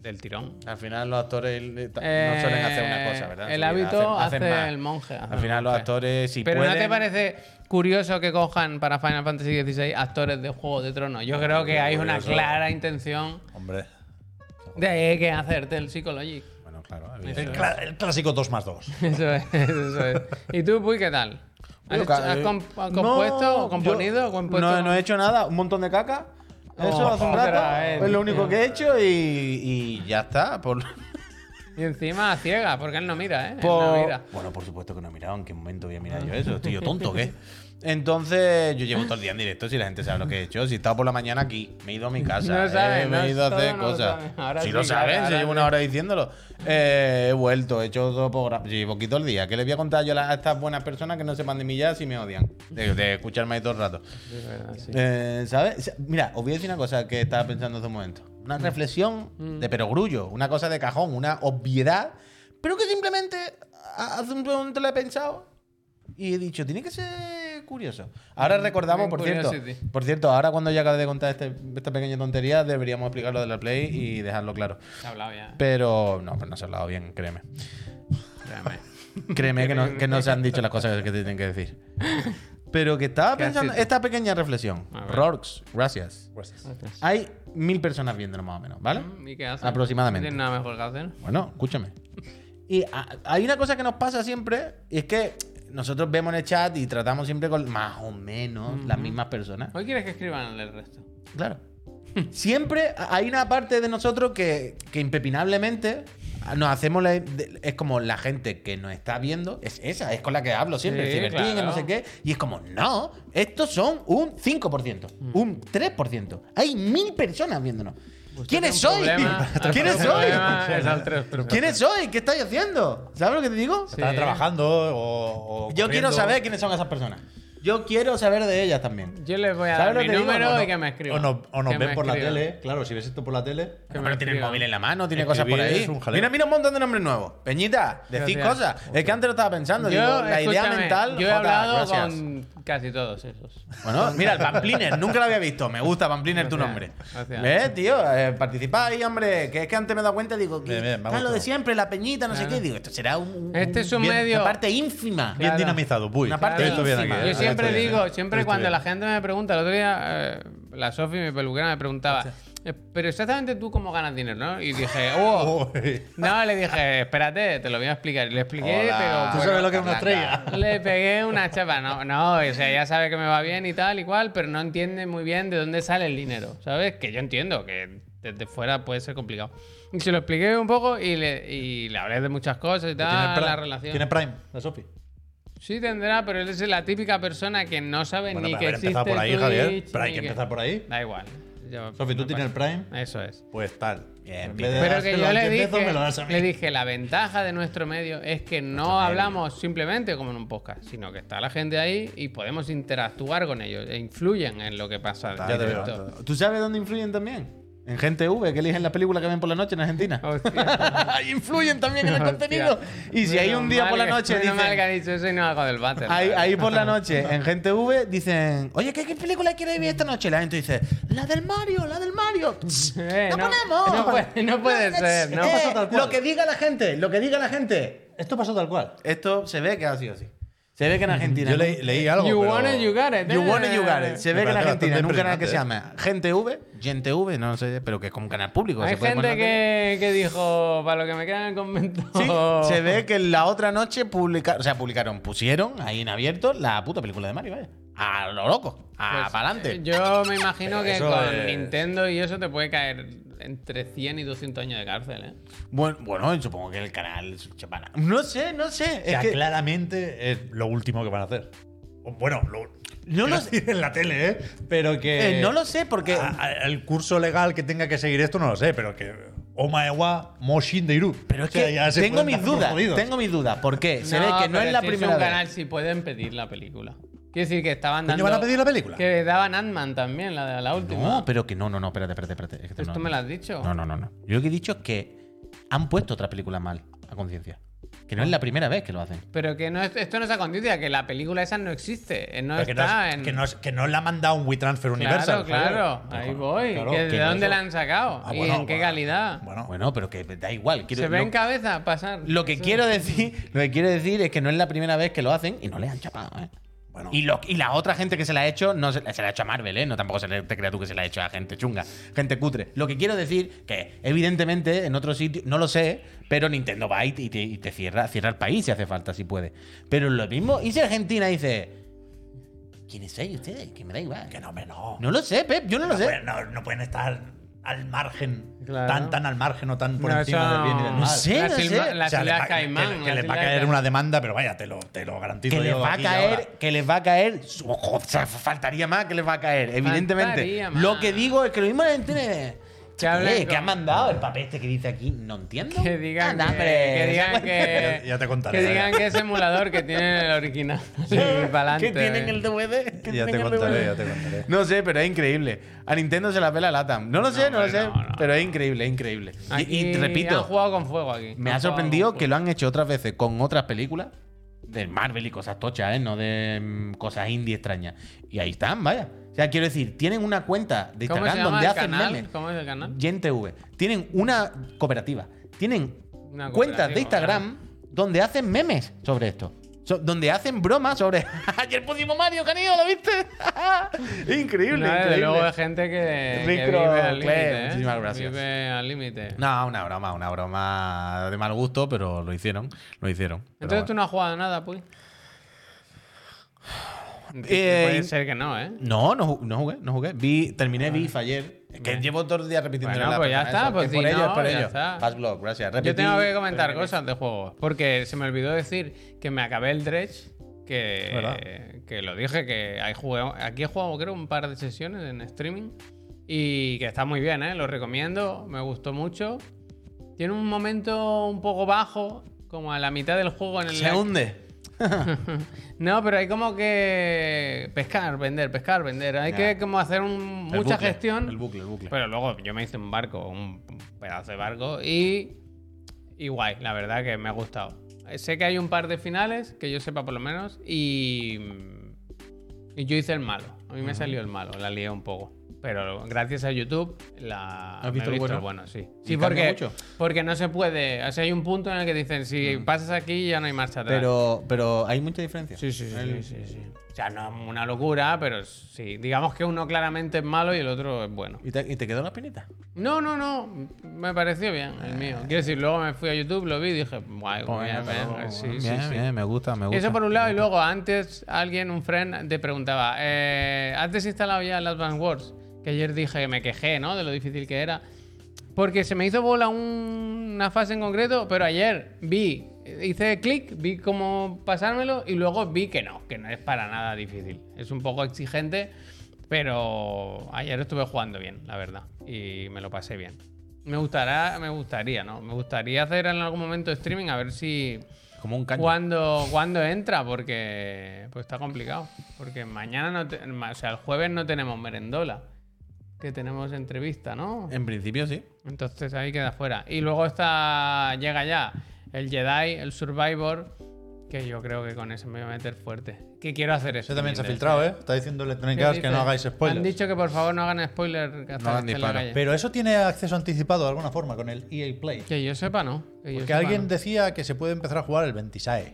A: Del tirón.
B: Al final los actores eh, ta-
A: Eh,
B: no suelen hacer una cosa, ¿verdad? En
A: El
B: su vida,
A: hábito
B: hacen- hacen
A: hace
B: más.
A: el monje. hace
B: Al
A: el
B: final los
A: monje.
B: actores, si
A: Pero ¿no te
B: pueden-
A: parece curioso que cojan para Final Fantasy XVI actores de Juego de Tronos?
B: Ah,
A: Yo creo que hay una
C: curioso.
A: clara intención
C: Hombre.
A: de que hacerte el psicologic.
B: Bueno, claro.
C: El, cla- el clásico 2 más 2.
A: Eso es, eso es. ¿Y tú, Puy, qué tal? ¿Has,
B: Yo,
A: hecho- has
B: eh,
A: comp- has
B: no,
A: compuesto,
B: yo
A: componido, compuesto?
B: No, no he hecho nada, un montón de caca. Eso
A: Oh, Eh,
B: hace un
A: otra
B: rato.
A: vez,
B: es lo
A: tío.
B: único que he hecho y, y ya está. Por,
A: Y encima a ciega, porque él no mira, ¿eh? Él
B: por-
A: no mira.
B: Bueno, por supuesto que no he mirado. ¿En qué momento voy a mirar yo eso? Estoy yo tonto, ¿qué? Entonces, yo llevo todo el día en directo si la gente sabe lo que he hecho. Si estaba por la mañana aquí, me he ido a mi casa.
A: No
B: eh,
A: sabe,
B: me
A: no,
B: he ido a
A: todo
B: hacer
A: no lo
B: cosas.
A: sabe. Ahora
B: si
A: sí,
B: lo
A: claro,
B: saben, si
A: ahora
B: llevo
A: sí.
B: una hora diciéndolo. Eh, he vuelto, he hecho fotogramas. Llevo aquí todo el día. ¿Qué les voy a contar yo a las- a estas buenas personas que no sepan de mí ya si me odian? De, de escucharme ahí todo el rato.
A: Sí, es verdad, sí.
B: Eh, ¿Sabes? O sea, Mira, os voy a decir una cosa que estaba pensando hace un momento.
A: Mm.
B: Una reflexión de perogrullo, una cosa de cajón, una obviedad, pero que simplemente a- hace un momento la he pensado y he dicho, tiene que ser curioso. Ahora recordamos,
A: bien
B: por cierto,
A: Mm, curiosity.
B: por cierto, ahora cuando ya acabé de contar este- esta pequeña tontería, deberíamos explicar lo de la Play y dejarlo claro.
A: Se ha hablado ya.
B: Pero no, pero no se ha hablado bien, créeme.
A: Espérame.
B: Créeme que no, que no se han dicho las cosas que te tienen que decir. Pero que estaba
A: ¿Qué has
B: pensando
A: dicho?
B: esta pequeña reflexión.
A: A ver.
B: Rorks, gracias.
C: Pues,
A: Gracias.
B: Hay mil personas viéndolo más o menos, ¿vale?
A: ¿Y qué haces?
B: Aproximadamente.
A: ¿No tienes nada mejor que hacer?
B: Bueno, escúchame. Y a- hay una cosa que nos pasa siempre, y es que nosotros vemos en el chat y tratamos siempre con más o menos las mismas personas.
A: ¿Hoy quieres que escriban el resto?
B: Claro. Siempre hay una parte de nosotros que, que impepinablemente nos hacemos la- de- es como la gente que nos está viendo, es esa, es con la que hablo siempre,
A: Sí,
B: el cibertín, el no
A: claro.
B: sé qué, y es como, no, estos son un 5%,
A: Mm.
B: un 3%, hay mil personas viéndonos. ¿Quiénes
A: Tiene Pues un
B: soy?
A: problema,
B: ¿Quiénes
A: otro
B: soy?
A: problema, es al tres, tres.
B: ¿Quiénes soy? ¿Qué estáis haciendo? ¿Sabes lo que te digo?
A: Sí.
C: Estaba trabajando o. o
B: Yo quiero
C: corriendo.
B: saber quiénes son esas personas. Yo quiero saber de ellas también.
A: Yo les voy a dar
B: ¿Sabes lo
A: mi
B: que digo?
A: número
B: O no-
A: y que me escriban.
C: O, no- o nos
A: Que
C: ven
A: me
C: por la
A: escriban.
C: tele, claro, si ves esto por la tele.
A: Que me
B: Ah, Pero tiene el
A: escriban.
B: móvil en la mano, tiene cosas por
C: Escribir
B: ahí.
C: es un jaleo.
B: Mira, mira un montón de nombres nuevos. Peñita, decís
A: Gracias.
B: cosas. Es que antes lo estaba pensando. digo, la idea
A: escúchame,
B: mental.
A: Yo he
B: jota,
A: hablado
B: gracias.
A: con casi todos esos.
B: Bueno, mira, el Pampliner, nunca lo había visto. Me gusta Pampliner tu
A: Gracias,
B: nombre.
A: gracias.
B: ¿Ves, tío? Eh, participá ahí, hombre. Que es que antes me he dado cuenta y digo, que
C: Bien, bien, me
B: está
C: ha
B: lo de
C: gustado.
B: siempre, la peñita, no sé
A: Claro.
B: qué. Digo, esto será un. un-
A: Este es un
B: bien-
A: medio-
B: Una parte ínfima.
A: Claro.
C: Bien dinamizado, Puy.
B: Una parte
C: Yo estoy bien aquí,
B: ínfima.
A: Yo
C: eh.
B: Ahora
A: siempre
C: estoy bien,
A: digo,
C: eh.
A: siempre
C: Estoy
A: cuando
C: bien.
A: la gente me pregunta, el otro día eh, la Sofi, mi peluquera, me preguntaba, "Eh, pero exactamente tú cómo ganas dinero, ¿no? Y dije, oh.
C: Uy.
A: No, le dije, espérate, te lo voy a explicar. Y le expliqué,
B: Hola.
A: pero.
B: Tú
A: bueno,
B: sabes lo que es una estrella.
A: Le pegué una chapa, no, no, o sea, ya sabe que me va bien y tal y cual, pero no entiende muy bien de dónde sale el dinero, ¿sabes? Que yo entiendo que desde fuera puede ser complicado. Y se lo expliqué un poco y le, y le hablé de muchas cosas y
C: ¿Tiene
A: tal,
C: Prime?
A: la relación.
C: ¿Tiene Prime, la Sofi?
A: Sí tendrá, pero él es la típica persona que no sabe
C: Bueno,
A: ni
C: pero
A: que
C: haber
A: existe
C: empezado por ahí,
A: Twitch,
C: Javier. Pero hay
A: ni
C: que empezar por ahí.
A: Da igual. Yo-
C: Sofi, ¿tú
A: me
C: tienes el Prime?
A: parece- Eso es.
C: Pues tal.
B: Bien,
C: En vez de
A: Pero que
C: dárselo
A: yo
C: al
A: le
C: empiezo,
A: dije,
C: me lo das a mí.
A: le dije, la ventaja de nuestro medio es que no hablamos simplemente como en un podcast, sino que está la gente ahí y podemos interactuar con ellos e influyen en lo que pasa. en
C: Ya te veo,
A: directo.
B: ¿Tú sabes dónde influyen también? En Gente V, que eligen las películas que ven por la noche en Argentina.
A: Hostia.
B: influyen también en el
A: Hostia.
B: contenido. Y si hay
A: Menos
B: un día por la
A: mal que-
B: noche,
A: menos mal que ha
B: dicen,
A: dicho eso y no hago del váter.
B: ahí, ahí por la noche, en Gente V, dicen, oye, ¿qué, qué película quieres ver esta noche? Y La gente dice, la del Mario, la del Mario. Pss,
A: Eh,
B: ¡La
A: no-
B: ponemos!
A: no puede- no puede ser, no.
B: Eh,
C: Pasa tal cual.
B: lo que diga la gente, lo que diga la gente.
C: Esto pasó tal cual.
B: Esto se ve que ha sido así. Se ve que en Argentina.
C: Yo
B: ¿no?
C: leí, leí algo.
A: You
C: pero-
A: want it, you got it. eh.
B: You wanna, you got it. Se
C: Me
B: ve que en
C: parece
B: Argentina
C: bastante
B: en un canal que se
C: impresionante,
B: llama Gente V, Gente V, no sé, pero que es como un canal público.
A: Hay
B: se puede poner
A: gente
B: en la
A: que,
B: tele.
A: que dijo, para lo que me queda en el convento.
B: Sí, se ve que la otra noche publicaron, o sea, publicaron, pusieron ahí en abierto la puta película de Mario, vaya. A lo loco, a
A: Pues,
B: para adelante.
A: eh, Yo me imagino
C: Pero
A: que
C: eso
A: con
C: es-
A: Nintendo y eso te puede caer entre 100 y 200 años de cárcel, ¿eh?
B: Bueno, bueno, supongo que el canal se para. No sé, no sé.
C: O sea,
B: es que
C: claramente es lo último que van a hacer. O, Bueno, lo,
B: No lo
C: quiero decir en la tele, ¿eh? Pero que.
B: eh, no lo sé porque
A: Ah,
C: a- a- Ah, el curso legal que tenga que seguir esto no lo sé, pero que. Omaewa Moshin de Iru.
B: pero es que tengo mis dudas, tengo mis dudas. ¿Por qué? Se ve que no
A: pero
B: es la
A: si
B: primera
A: un
B: vez.
A: canal si pueden pedir la película. Quiere decir que estaban
C: Coño,
A: dando...
C: van a pedir la película.
A: Que daban Ant-Man también, la, de la última.
B: No, pero que no, no, no, espérate, espérate, espérate. es que
A: Pues
B: no-
A: tú me lo has dicho.
B: No, no, no, no. Yo lo que he dicho es que han puesto otra película mal, a conciencia. Que no es la primera vez que lo hacen.
A: Pero que no, es- esto no es a conciencia, que la película esa no existe. eh, No
C: Pero que, nos,
A: está en.
C: que, nos- que nos la ha mandado un WeTransfer
A: Claro,
C: Universal.
A: claro.
C: Javier.
A: Ahí voy.
C: Claro,
A: ¿Que
B: que
A: ¿De
B: no
A: dónde
B: es-
A: la han sacado?
C: Ah,
A: ¿Y
C: bueno,
A: en qué
C: bueno.
A: calidad?
C: Bueno,
B: Bueno, pero que da igual. Quiero-
A: ¿Se ve
B: lo-
A: en cabeza pasar?
B: Lo que
A: Sí.
B: quiero decir, lo que quiero decir es que no es la primera vez que lo hacen y no le han chapado, ¿eh?
C: Bueno.
B: Y, lo- y la otra gente que se la ha hecho, no se, se la ha hecho a Marvel, ¿eh? No tampoco se le, te creas tú que se la ha hecho a gente chunga, gente cutre. Lo que quiero decir que, evidentemente, en otro sitio, no lo sé, pero Nintendo va y te, y te- y te cierra, cierra el país si hace falta, si puede. Pero lo mismo, y si Argentina dice, ¿quiénes sois ustedes? Que me da igual.
C: que no, hombre, no.
B: No lo sé, Pep, yo no lo
C: No
B: sé.
C: pueden- no- no pueden estar al margen,
A: Claro.
C: tan, tan al margen o tan por
A: No,
C: encima
A: eso-
C: del bien y del mal.
B: No sé,
A: la
B: no
A: silma-
B: sé.
A: la
C: O sea, le
A: ciudad
C: va-
A: Caimán,
C: que- que,
A: la
C: les va a
A: ciudad
C: caer
A: Caimán.
C: una demanda, pero vaya, te lo, te lo garantizo.
B: que les
C: yo
B: va a
C: aquí y ahora.
B: caer, que les va a caer, ojo, o sea, faltaría más que les va a caer, evidentemente.
A: Faltaría más.
B: Lo que digo es que lo mismo en tiene
A: Que hablen
B: que
A: con-
B: han mandado el papel este que dice aquí, no entiendo.
A: Que digan
B: Anda,
A: que,
B: hombre.
A: que digan que.
C: Ya- ya te contaré,
A: Que
C: ya.
A: digan que es emulador que tienen el original. Sí, para
B: que
A: adelante.
B: tienen el DVD. que
C: Ya
B: tienen
C: te
B: el
C: contaré,
B: DVD.
C: ya te contaré.
B: No sé, pero es increíble. A Nintendo se la pela Latam. No lo sé, no,
A: No,
B: lo sé,
A: hombre, no, no.
B: pero es increíble, es increíble. Y-
A: Aquí
B: y,
A: Han
B: repito,
A: jugado con fuego aquí.
B: me
A: Han
B: ha
A: jugado
B: sorprendido
A: con
B: que
A: fuego.
B: lo han hecho otras veces con otras películas de Marvel y cosas tochas, ¿eh? no de mm, cosas indie extrañas. Y ahí están, vaya. O sea, quiero decir, tienen una cuenta de
A: ¿Cómo se
B: Instagram
A: llama
B: donde
A: el
B: hacen
A: canal?
B: memes.
A: ¿Cómo es el canal?
B: YenTV. Tienen una cooperativa. Tienen
A: Una
B: cuentas
A: cooperativa,
B: de Instagram donde hacen memes sobre esto. So- donde hacen bromas sobre. Ayer pusimos Mario, canido, ¿lo viste?
A: No,
B: increíble,
A: desde
B: increíble.
A: luego hay gente que, que
B: Micro,
A: vive al
B: Clay,
A: límite. ¿eh?
B: muchísimas gracias.
A: Vive al límite.
B: No, una broma, una broma de mal gusto, pero lo hicieron. Lo hicieron. Pero
A: Entonces
B: bueno.
A: tú no has jugado a nada, pues.
B: Eh,
A: Puede ser que no, ¿eh?
B: No, no, ju- no jugué, no jugué. Vi, terminé VIF ayer. Es que llevo todos los días repitiendo
A: Bueno,
B: la
A: pues ya
B: persona
A: está,
B: esa,
A: pues
B: que
A: si
B: por ello,
A: no,
B: es por
A: ya
B: ello.
A: está.
B: Fast blog, gracias.
A: Yo
B: Repetí,
A: tengo que comentar
B: repetí.
A: cosas de juegos, porque se me olvidó decir que me acabé el Dredge,
C: verdad.
A: que, que lo dije, que ahí jugué, aquí he jugado creo un par de sesiones en streaming y que está muy bien, ¿eh? lo recomiendo, me gustó mucho. Tiene un momento un poco bajo, como a la mitad del juego en el...
B: Se hunde.
A: No, pero hay como que pescar, vender, pescar, vender. Hay
B: Ya.
A: que como hacer un-
B: El
A: mucha
B: bucle,
A: gestión.
B: El bucle, el bucle.
A: Pero luego yo me hice un barco, un pedazo de barco y. Y guay, la verdad que me ha gustado. Eh, Sé que hay un par de finales, que yo sepa por lo menos, y. Y yo hice el malo. A mí me salió el malo, la lié un poco. Pero gracias a YouTube la
B: ¿Has
A: me
B: visto
A: he
B: el bueno?
A: bueno, sí.
B: ¿Y
A: Sí,
B: cambia
A: porque,
B: mucho? Mm.
A: porque no se puede. O sea, hay un punto en el que dicen, si pasas aquí ya no hay marcha atrás.
B: Pero, pero hay mucha diferencia.
A: Sí, sí, sí, sí, sí, sí. O sea, no es una locura, pero sí. Digamos que uno claramente es malo y el otro es bueno.
B: ¿Y te, y te quedó la espinita?
A: No, no, no. Me pareció bien el mío. Quiero decir, luego me fui a YouTube, lo vi y dije, guay, bien, bien". ¿eh? Sí, sí,
B: Pues bien,
A: sí.
B: bien, me gusta, me gusta.
A: Eso por un lado, y luego antes alguien, un friend, te preguntaba, eh, ¿has desinstalado ya el Advance Wars? Que ayer dije que me quejé, ¿no? De lo difícil que era. Porque se me hizo bola un- una fase en concreto, pero ayer vi, hice clic, vi cómo pasármelo y luego vi que no, que no es para nada difícil. Es un poco exigente, pero ayer estuve jugando bien, la verdad, y me lo pasé bien. Me gustará, me gustaría, ¿no? Me gustaría hacer en algún momento streaming a ver si
B: Como un caño.
A: cuando, cuando entra, porque pues está complicado. Porque mañana no te- ma- o sea, el jueves no tenemos merendola. Que tenemos entrevista, ¿no?
B: En principio sí.
A: Entonces ahí queda fuera. Y luego está. llega ya el Jedi, el Survivor. Que yo creo que con eso me voy a meter fuerte. Que quiero hacer eso.
C: Eso también se ha filtrado, ¿eh? Está diciendo Electronic Arts que no hagáis spoilers.
A: Han dicho que por favor no hagan spoiler. Que, hasta
B: hagan
A: que esté en la
B: disparos.
A: calle.
C: Pero eso tiene acceso anticipado de alguna forma con el EA Play.
A: que yo sepa, ¿no? Que yo
C: Porque
A: sepa,
C: alguien
A: no.
C: decía que se puede empezar a jugar el 26,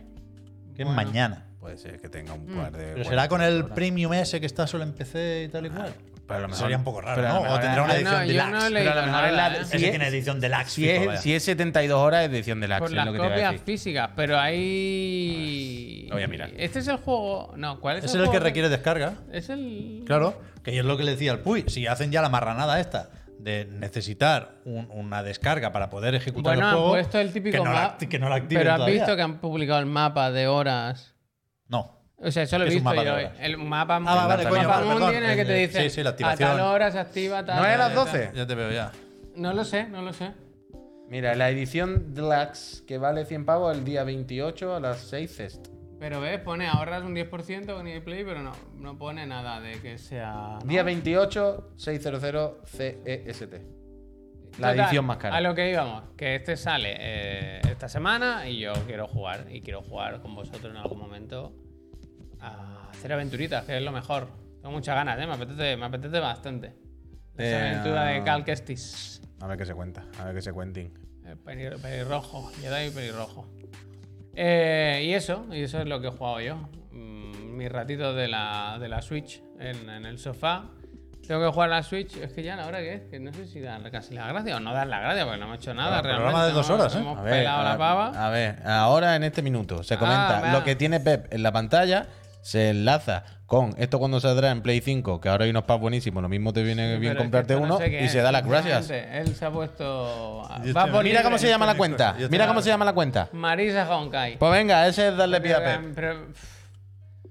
C: que es mañana.
B: Puede ser que tenga un par de.
C: Pero será con el premium ese que está solo en PC y tal y cual.
B: Pero a lo mejor-
C: Sería un poco raro,
B: pero a lo
C: ¿no? O
B: mejor-
C: tendrá una
A: Ah,
C: edición
A: no, yo no
C: deluxe.
A: he
B: Pero a lo
A: leído
B: mejor es
A: nada,
B: la-
A: ¿eh.
B: si
C: Ese
B: es-
C: tiene edición deluxe.
B: Si
C: fijo, vaya.
B: es, si es 72 horas es edición deluxe,
A: Por
B: es
A: las
B: lo que te voy a
A: copias
B: decir.
A: físicas, pero hay.
B: lo voy a mirar.
A: Este es el juego. No, ¿cuál es,
C: es el que
A: juego
C: requiere descarga.
A: Es el.
C: Claro, que es lo que le decía al Puy. Si hacen ya la marranada esta de necesitar un- una descarga para poder ejecutar
A: Bueno,
C: el
A: han
C: juego.
A: puesto el típico
C: que no la,
A: mapa,
C: acti- que no la activen
A: Pero has
C: todavía.
A: visto que han publicado el mapa de horas.
C: No.
A: O sea, eso lo he
C: Es un
A: visto
C: mapa de
A: yo.
C: horas.
A: El mapa, el
C: Ah, vale,
A: mapa
C: coño, vale,
A: mundi
C: perdón.
A: en el que te
C: Eh,
A: dice.
C: sí, sí, la
A: A
C: activación.
A: tal hora se activa tal.
B: ¿No es a las
A: tal,
B: 12?
C: Ya te veo ya.
A: tal". No lo sé, no lo sé.
B: Mira, la edición deluxe que vale 100 pavos el día 28 a las 6 cest.
A: Pero ves, pone ahorras un 10% con EA Play, pero no, no pone nada de que sea. ¿no?
B: Día 28, 600 CEST. E La
A: Total,
B: edición más cara.
A: A lo que íbamos, que este sale eh, esta semana y yo quiero jugar. Y quiero jugar con vosotros en algún momento a hacer aventuritas, que es lo mejor. Tengo muchas ganas, ¿eh? me, apetece, me apetece bastante. Esa
B: Eh,
A: aventura de Cal Kestis.
B: A ver qué se cuenta, a ver qué se cuenten.
A: Eh, peli- Pelirrojo, Jedi pelirrojo. Eh, y eso, y eso es lo que he jugado yo. Mm, mis ratitos de la, de la Switch en, en el sofá. Tengo que jugar a la Switch. Es que ya la hora que es, que no sé si dan casi la gracia o no dan la gracia, porque no hemos hecho nada.
C: Pero, programa de
A: realmente,
C: dos
A: hemos-
C: horas, ¿eh?
A: Hemos
B: A ver, ah,
A: pelado la
B: a-
A: pava. Ah,
B: a ver, ahora en este minuto se comenta
A: vea.
B: lo que tiene Pep en la pantalla, se enlaza con esto cuando saldrá en Play 5, que ahora hay unos packs buenísimos, lo mismo te viene
A: Pero
B: bien
A: es que
B: comprarte
A: esto no
B: uno
A: sé qué
B: y
A: es,
B: se da las gracias. este,
A: sinceramente. Él se ha puesto.
C: Yo
A: Va
C: estoy-
A: por
B: Mira cómo se llama la
A: este
C: Yo
B: cuenta,
C: estoy-
B: mira cómo se llama la cuenta.
A: Marisa Honkai.
B: Pues venga, ese es darle pie a Pep.
A: Pero- pero-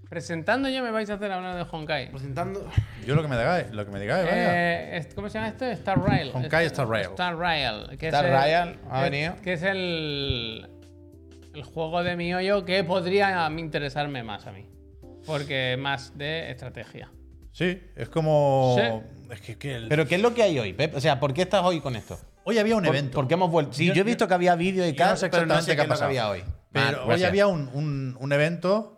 A: presentando yo me vais a hacer hablar de Honkai.
B: Presentando.
C: Yo lo que me digáis, lo que me digáis, vaya.
A: Eh, es- ¿Cómo se llama este? Star Rail.
C: Honkai
A: Este-
C: Star Rail.
A: Star Rail. Que
B: Star
A: es el-
B: Rail ha
A: es-
B: venido.
A: Que es el, el juego de mi hoyo que podría a mí interesarme más a mí. Porque es más de estrategia.
C: Sí, es como.
A: Sí.
C: Es que, que el-
B: Pero ¿qué es lo que hay hoy, Pep? O sea, ¿por qué estás hoy con esto?
C: hoy había un
B: ¿Por,
C: evento.
B: por qué hemos vuelto? Sí, yo,
C: Yo-
B: he visto que había vídeo y
C: Yo
B: tal,
C: no sé
B: pero no sé
C: exactamente
B: qué
C: qué
B: es lo que
C: pasado.
B: había hoy. Mal,
C: Pero hoy
B: gracias.
C: había un, un- un evento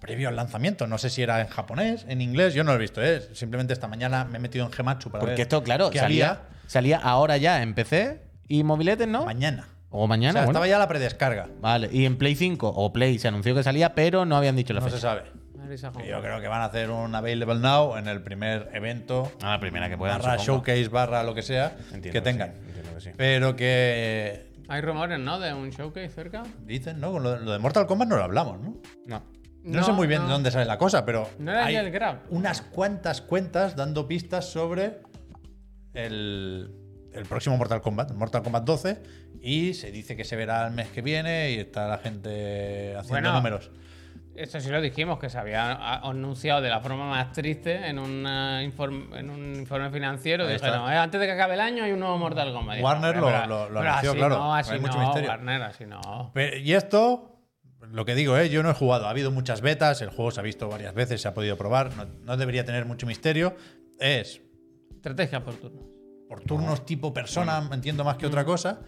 C: previo al lanzamiento. No sé si era en japonés, en inglés, yo no lo he visto. ¿eh? Simplemente esta mañana me he metido en Gematsu para ver
B: Porque esto, claro,
C: qué
B: salía, salía ahora ya en PC y mobiletes, ¿no?
C: había mañana.
B: O
C: O
B: mañana,
C: sea,
B: bueno.
C: Estaba ya la predescarga.
B: Vale, y en Play 5 o Play se anunció que salía, pero no habían dicho la
C: No se
B: fecha.
C: sabe.
A: Marisa
C: Que
A: Honkai.
C: Yo creo que van a hacer un Available Now en el primer evento.
B: A Ah, la primera que puedan,
C: Barra
B: supongo.
C: showcase, barra lo que sea.
B: Entiendo
C: que
B: sí,
C: tengan.
B: entiendo que sí.
C: Pero que. eh,
A: Hay rumores, ¿no? De un showcase cerca.
C: Dicen, ¿no? Con Lo, lo de Mortal Kombat no lo hablamos, ¿no?
B: No.
C: No, sé muy bien de dónde sale la cosa, pero
A: No era
C: hay
A: ya el grab.
C: unas cuantas cuentas dando pistas sobre el, el próximo Mortal Kombat, el Mortal Kombat 12, y se dice que se verá el mes que viene y está la gente haciendo
A: Bueno.
C: números.
A: Eso sí lo dijimos, que se había a- anunciado de la forma más triste en, una inform- en un informe financiero.
C: Ahí
A: Dijeron,
C: está.
A: "Eh, antes de que acabe el año hay un nuevo Mortal Kombat. Dije,
C: Warner
A: "Hombre,
C: lo-
A: pero-
C: lo- lo
A: pero
C: anunció,
A: así
C: claro,
A: No,
C: hay
A: así
C: mucho
A: no,
C: misterio.
A: Warner, así no.
C: Pero- y esto, lo que digo, ¿eh? yo no he jugado. Ha habido muchas betas, el juego se ha visto varias veces, se ha podido probar, no, no debería tener mucho misterio. Es
A: Estrategia por turnos.
C: por turnos tipo persona, entiendo más que otra cosa.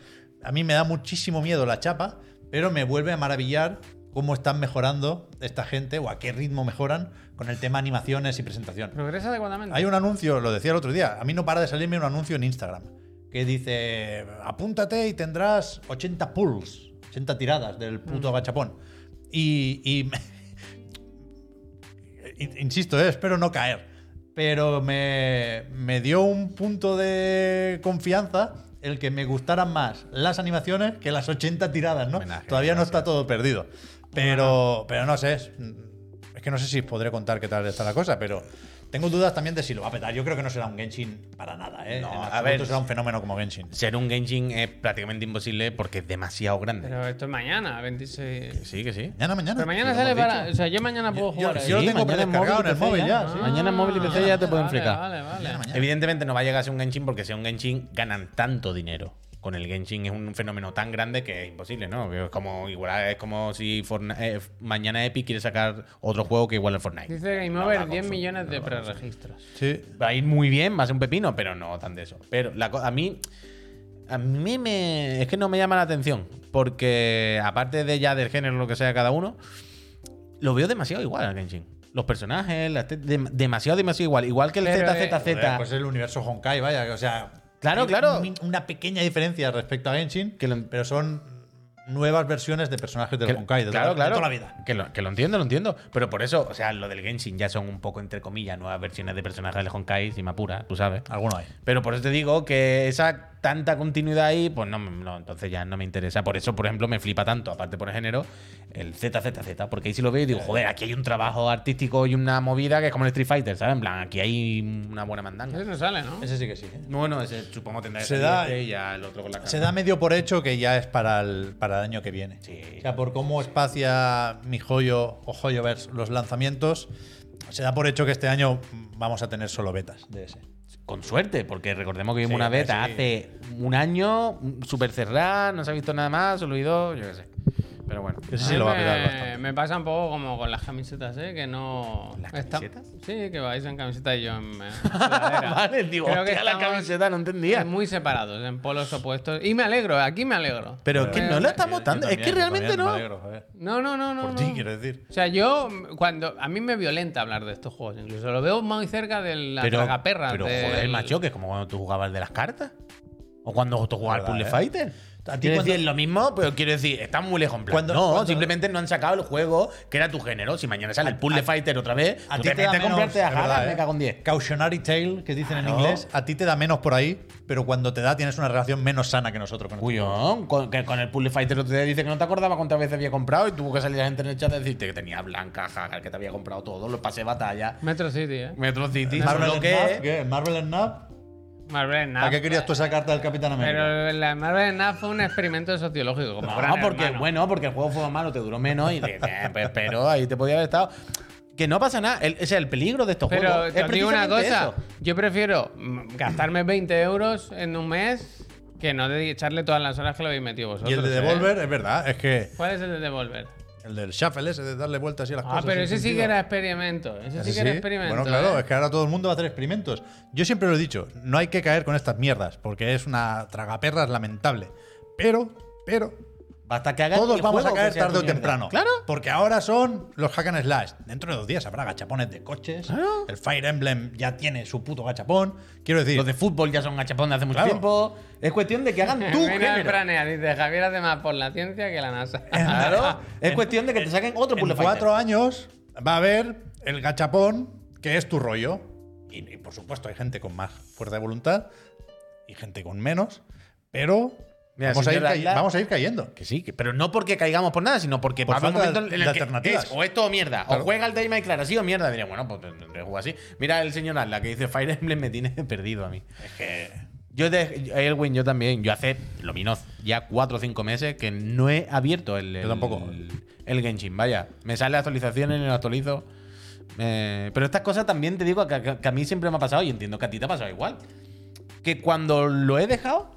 C: A mí me da muchísimo miedo la chapa, pero me vuelve a maravillar cómo están mejorando esta gente o a qué ritmo mejoran con el tema animaciones y presentación.
A: Progresa adecuadamente.
C: Hay un anuncio, lo decía el otro día, a mí no para de salirme un anuncio en Instagram que dice, apúntate y tendrás 80 pulls, 80 tiradas del puto agachapón. Y, y me- in- insisto, eh, espero no caer, pero me, me dio un punto de confianza el que me gustaran más las animaciones que las 80 tiradas, ¿no?
B: Homenaje,
C: Todavía no está todo perdido, pero, pero no sé. es- es que no sé si podré contar qué tal está la cosa, pero tengo dudas también de si lo va a petar. Yo creo que no será un Genshin para nada, ¿eh?
B: No,
C: En
B: a
C: absoluto
B: ver.
C: será un fenómeno como Genshin.
B: Ser un Genshin es prácticamente imposible porque es demasiado grande.
A: Pero esto es mañana, 26.
B: Que sí, que sí.
C: Mañana, mañana.
A: Pero mañana
C: sí, lo
A: sale
C: hemos
A: para. O
C: dicho.
A: sea, yo mañana puedo
C: yo-
A: jugar.
C: yo
A: ahí. Ah,
C: lo tengo
B: mañana
C: predescargado
B: móvil y
C: en el
B: PC
C: móvil ya, sí.
B: Mañana en móvil y PC ya te pueden
A: vale,
B: fregar.
A: Vale, vale.
C: Mañana, mañana.
B: Evidentemente no va a llegar a ser un Genshin porque si es un Genshin ganan tanto dinero. Con el Genshin es un fenómeno tan grande que es imposible, ¿no? Es como igual es como si Fortnite- eh, mañana Epic quiere sacar otro juego que igual al Fortnite.
A: Dice Game
B: No, la
A: Over 10
B: consola,
A: millones
B: no,
A: de
B: la
A: preregistros.
C: Sí.
B: Va a ir muy bien, va a ser un pepino, pero no tan de eso. Pero la co- a mí a mí me es que no me llama la atención porque aparte de ya del género lo que sea cada uno, lo veo demasiado igual al Genshin. Los personajes, las te- dem- demasiado demasiado igual, igual que el
A: Pero, eh,
B: ZZZ.
C: Joder, Pues el universo Honkai, vaya, o sea.
B: Claro,
C: hay
B: claro.
C: un- Una pequeña diferencia respecto a Genshin,
B: Que lo-
C: pero son nuevas versiones de personajes del
B: Que-
C: Honkai de,
B: claro,
C: toda, de
B: claro.
C: toda la vida.
B: Que lo, que lo entiendo, lo entiendo. Pero por eso, o sea, lo del Genshin ya son un poco, entre comillas, nuevas versiones de personajes del Honkai, si me apura, tú sabes.
C: Alguno hay.
B: Pero por eso te digo que esa tanta continuidad ahí, pues no, me- no, entonces ya no me interesa. Por eso, por ejemplo, me flipa tanto, aparte por el género, el ZZZ. Porque ahí sí lo veo y digo, joder, aquí hay un trabajo artístico y una movida que es como el Street Fighter, ¿sabes? En plan, aquí hay una buena mandanga.
A: Ese no sale, ¿no?
C: Ese sí que sí. ¿eh?
B: Bueno, ese supongo tendrá que
C: Se
B: salir
C: da-
B: este y ya el otro con la
C: Se
B: cámara.
C: da medio por hecho que ya es para el, para el año que viene.
B: Sí.
C: O sea, por cómo espacia mi joyo o joyovers los lanzamientos, se da por hecho que este año vamos a tener solo betas de ese.
B: Con suerte, porque recordemos que vimos
C: Sí,
B: una
C: hombre,
B: beta
C: sí.
B: hace un año, súper cerrada, no se ha visto nada más, se olvidó, yo qué sé. Pero bueno.
C: Que sí, sí lo va a petar
A: me,
C: bastante.
A: me pasa un poco como con las camisetas, ¿eh? Que no.
B: ¿Las
A: está-
B: camisetas?
A: Sí, que vais en camiseta y yo en. en sudadera.
B: vale, digo,
A: Creo que
B: hostia, la
A: estamos-
B: camiseta no entendía.
A: Eh, Muy separados, en polos opuestos. Y me alegro, ¿eh? aquí me alegro. Eh,
B: Pero es que no la estamos dando. Es que realmente no.
A: No, no, no, no.
C: eh, Por
A: no.
C: ti, quiero decir.
A: O sea, yo mm, cuando a mí me violenta hablar de estos juegos, incluso lo veo muy cerca de la tragaperra.
B: pero
A: del-
B: joder, macho, que es como cuando tú jugabas de las cartas. O cuando tú jugabas al Puzzle
C: Verdad, ¿eh?
B: Fighter.
C: ¿A ti
B: Quiero
C: cuando-
B: decir, lo mismo, pero quiero decir, están muy lejos. en plan,
C: Cuando-
B: no,
C: cuando-
B: simplemente no han sacado el juego que era tu género. Si mañana sale el Puzzle Fighter otra vez,
C: A
B: tú
C: ti te, da
B: metes
C: menos,
B: comprarte a
C: es verdad,
B: Jara,
C: ¿eh?
B: me cago en 10.
C: Cautionary tale, que dicen en
B: Claro.
C: inglés, a ti te da menos por ahí, pero cuando te da tienes una relación menos sana que nosotros con el
B: Cuyón, con, que con el Puzzle Fighter otro día dice que no te acordaba cuántas veces había comprado y tuvo que salir la gente en el chat a decirte que tenía blanca, jaja, que te había comprado todo, los pases de batalla,
A: Metro City, ¿eh?
B: Metro City,
C: Marvel
B: lo
C: and
B: que
C: Nap, ¿qué? Marvel and Nap.
A: Marvel Snap.
C: ¿Para qué querías tú esa carta del Capitán América?
A: Pero la Marvel Snap fue un experimento sociológico. Como
B: No,
A: Gran
B: porque,
A: Hermano.
B: bueno, porque el juego fue malo, te duró menos y de- eh, pues, pero ahí te podía haber estado. Que no pasa nada, el- ese es el peligro de estos
A: Pero
B: juegos.
A: te
B: es
A: digo una
B: precisamente
A: cosa,
B: eso.
A: yo prefiero mm, gastarme 20 euros en un mes que no de echarle todas las horas que lo habéis metido vosotros.
C: Y el de
A: ¿eh?
C: Devolver, es verdad, es que
A: ¿Cuál es el de Devolver?
B: Ah,
C: el del Shuffle ese de darle vueltas y las
A: Ah,
B: pues
C: cosas.
A: pero
C: sin
A: ese sí
C: sentido.
A: que era experimento. Ese sí
C: Ese
A: que era
C: sí.
A: experimento.
C: Bueno, claro,
A: ¿eh?
C: es que ahora todo el mundo va a hacer experimentos. Yo siempre lo he dicho, no hay que caer con estas mierdas, porque es una tragaperras lamentable. Pero, pero,
B: Basta que hagas
C: todos
B: el
C: vamos a
B: juego que
C: caer
B: sea
C: tarde
B: tu
C: o
B: mierda.
C: temprano.
B: Claro.
C: Porque ahora son los hack and slash. Dentro de dos días habrá gachapones de coches.
B: Claro.
C: El Fire Emblem ya tiene su puto gachapón. Quiero decir,
B: Los de fútbol ya son gachapón de hace mucho
C: Claro.
B: tiempo. Es cuestión de que hagan tu
A: Mira el
B: género.
A: Pranea, dice Javier hace más por la ciencia que la NASA.
B: Claro. Es cuestión de que te saquen otro
C: en
B: Puzzle
C: cuatro
B: Fighter.
C: años va a haber el gachapón que es tu rollo. Y, y, por supuesto hay gente con más fuerza de voluntad y gente con menos, pero
B: Mira,
C: vamos, a ir
B: señora
C: cay-
B: Atlas-
C: vamos a ir cayendo.
B: Que sí, que- pero no porque caigamos por nada, sino porque
C: Por
B: va a haber un momento
C: falta de-
B: en el
C: de
B: que
C: alternativas.
B: es o esto o mierda.
C: Claro.
B: O juega al Dayma y Clara, sí o mierda. Diré, bueno, pues tendré que jugar así. Mira el señor Atlas que dice Fire Emblem me tiene perdido a mí.
C: Es que
B: Yo, de, Elwin, yo también. Yo hace, lo minoz, ya cuatro o cinco meses que no he abierto el, el-
C: tampoco.
B: el, Genshin. Vaya, me sale actualizaciones, lo actualizo. Eh, pero estas cosas también te digo que, que- que a mí siempre me ha pasado y entiendo que a ti te ha pasado igual. Que cuando lo he dejado,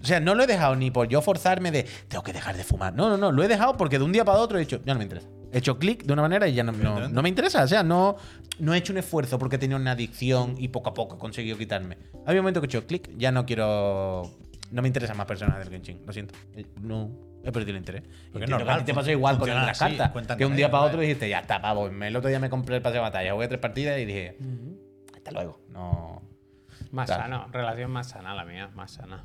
B: o sea, no lo he dejado ni por yo forzarme de tengo que dejar de fumar. No, no, no. Lo he dejado porque de un día para otro he hecho, ya no me interesa. He hecho clic de una manera y ya no, no, no me interesa. O sea, no, no he hecho un esfuerzo porque he tenido una adicción y poco a poco he conseguido quitarme. Había un momento que he hecho clic, ya no quiero. No me interesan más personas del Genshin. Lo siento. Eh, No. He perdido el interés. Porque
C: normal,
B: te pasó igual con el de
C: funciona
B: las
C: así,
B: cartas.
C: cuentan
B: Que
C: con
B: un día
C: ello,
B: para
C: vale.
B: otro dijiste, ya está, pavo. El otro día me compré el pase de batalla, jugué tres partidas y dije, hasta luego. No.
A: Más
B: Claro.
A: sano, relación más sana la mía, más sana.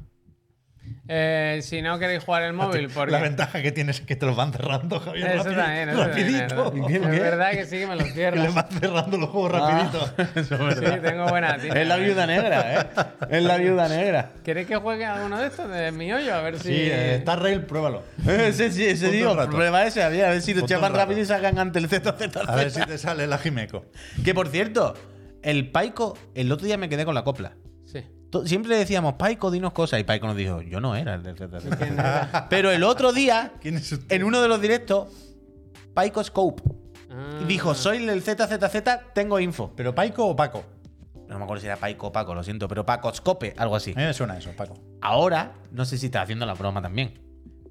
A: Eh, si no queréis jugar el móvil, porque.
C: la ventaja que tienes es que te los van cerrando, Javier.
A: Eso
C: rapi-
A: también, eso también, es
C: rapidito.
A: verdad. Es verdad que sí que me lo
C: Que les
A: cierras.
C: van cerrando los juegos
B: Ah,
C: rapidito.
A: Sí, tengo buena tinta.
B: Es la viuda negra, ¿eh? Es la viuda negra.
A: ¿Queréis que juegue alguno de estos de mi hoyo? A ver si.
C: Sí, eh, Star Rail, pruébalo.
B: Ese, Eh, sí, ese
C: Ponte
B: digo,
C: un
B: el
C: rato.
B: problema ese había, a ver si lo
C: Ponte un
B: echaban
C: rato.
B: rápido y sacan ante el Z
C: A ver si te sale la Jimeco.
B: Que por cierto, el Paico, el otro día me quedé con la copla.
A: Sí.
B: To- Siempre decíamos, Paico, dinos cosas. Y Paico nos dijo, yo no era el del ZZ. Pero el otro día,
C: ¿Quién es usted?
B: en uno de los directos, Paico Scope y dijo, soy el ZZZ, tengo info.
C: ¿Pero Paico o Paco?
B: No me acuerdo si era Paico o Paco, lo siento, pero Paco Scope, algo así.
C: A mí me suena eso, Paco.
B: Ahora, no sé si está haciendo la broma también.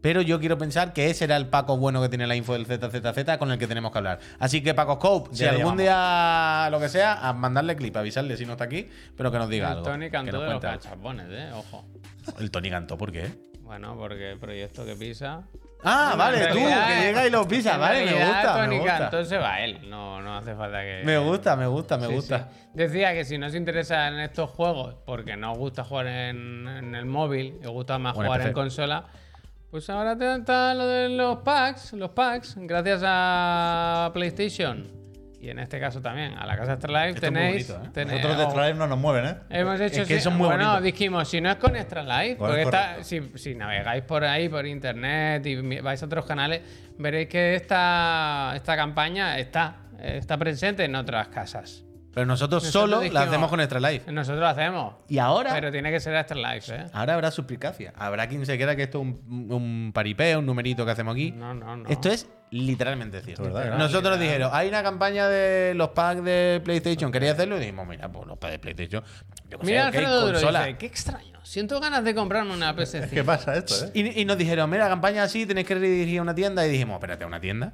B: Pero yo quiero pensar que ese era el Paco bueno que tiene la info del ZZZ con el que tenemos que hablar. Así que Paco Scope, si
C: le
B: algún
C: llamamos.
B: día lo que sea, a mandarle clip, avisarle si no está aquí, pero que nos diga
A: El
B: algo.
A: Ah, Tony
B: que
A: cantó
B: nos
A: de los
B: cuente algo.
A: cachapones, ¿eh? Ojo.
B: El Tony cantó, ¿por qué?
A: Bueno, porque el proyecto que pisa.
B: Ah, vale,
A: En
B: tú,
A: realidad,
B: que llega y lo pisa,
A: en
B: vale, me
A: realidad,
B: gusta.
A: Tony
B: Me gusta.
A: Cantó se va él. No, no hace falta que.
B: me gusta, me gusta, me
A: Sí,
B: gusta.
A: sí. Decía que si no os interesan estos juegos porque no os gusta jugar en, en el móvil, os gusta más
B: O en el
A: jugar en
B: PC.
A: consola, pues ahora te está lo de los packs, los packs, gracias a PlayStation y en este caso también a la casa Astralife
B: Esto es muy
A: tenéis.
B: bonito, ¿eh?
A: tenéis-
C: Nosotros de
A: oh,
C: Astralife no nos mueven, ¿eh?
A: Hemos
B: Es
A: hecho
B: que
A: sí,
B: son muy
A: bueno,
B: bonitos.
A: dijimos, si no es con Extra Live,
C: Bueno,
A: porque
C: es
A: está- si, si navegáis por ahí, por internet y mi- vais a otros canales, veréis que esta, esta campaña está, está presente en otras casas.
B: Pero nosotros,
A: Nosotros
B: solo la
A: dijimos-
B: hacemos con Extra Life.
A: Nosotros lo hacemos.
B: Y
C: Ah.
B: ahora.
A: Pero tiene que ser After Life, ¿eh?
B: Ahora habrá suplicacia. Habrá quien se crea que esto es un, un paripé, un numerito que hacemos aquí.
A: No, no, no.
B: Esto es literalmente cierto.
C: Es verdad,
B: Nosotros dijeron, hay una campaña de los packs de PlayStation, quería hacerlo y dijimos, mira, pues los packs de PlayStation. yo qué sé,
A: Mira
B: ok,
A: Alfredo Duro,
B: consola.
A: dice, qué extraño. Siento ganas de comprarme una PS5.
C: ¿Qué pasa esto, eh?
B: Y, y nos dijeron, mira, campaña así, tenéis que redirigir a una tienda. Y dijimos, espérate, ¿a una tienda?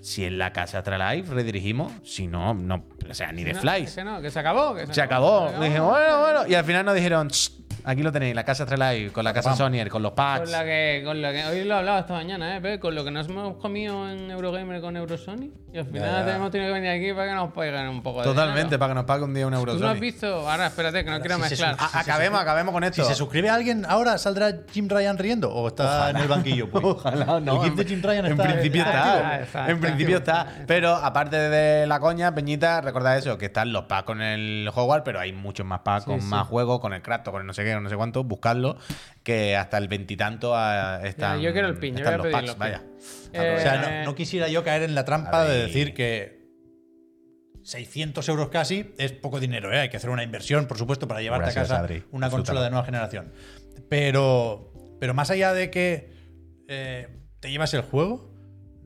B: Si en la casa Astralife redirigimos, si no, no, o sea, ni de
A: No,
B: flies.
A: que no, que se acabó. que
B: Se acabó. Dijimos, bueno, bueno. Y al final nos dijeron, "Shh, aquí lo tenéis, la casa Astralife, con la casa
C: Pam.
B: Sonyer, con los
A: Con
C: ah,
B: packs.
A: la que, con la que, hoy lo hablaba esta mañana, ¿eh? Pep? Con lo que nos hemos comido en Eurogamer con Eurosony. Y al final
C: Ya, ya.
A: hemos tenido que venir aquí para que nos paguen un poco de
B: Totalmente,
A: dinero.
B: para que nos pague un día un euro.
A: Tú no has
B: Sony.
A: visto. Ahora, espérate, que no quiero
C: sí se
A: mezclar.
B: A- acabemos, acabemos con
C: Si
B: esto.
C: se suscribe alguien ahora, ¿saldrá Jim Ryan riendo? ¿O está en el banquillo? pues?
B: Ojalá no.
C: El GIF de Jim Ryan
B: en
C: está-
B: principio está.
A: está, Ah, está,
B: en
A: está.
B: principio está. Pero aparte de la coña, Peñita, recordad eso, que están los packs con el Hogwarts, pero hay muchos más packs con
A: sí.
B: más juegos, con el Kratos, con el no sé qué, con no sé cuánto, buscadlo, que hasta el veintitanto ah, están.
A: yo quiero el pin, yo
B: están
A: voy a pedir
B: los packs,
A: los
B: vaya.
A: Eh,
C: O sea, no, no quisiera yo caer en la trampa
B: A ver.
C: de decir que 600 euros casi es poco dinero, ¿eh? Hay que hacer una inversión, por supuesto, para llevarte
B: Gracias,
C: a casa
B: Adri.
C: una
B: Disfrútalo.
C: consola de nueva generación. Pero, pero más allá de que eh, te llevas el juego,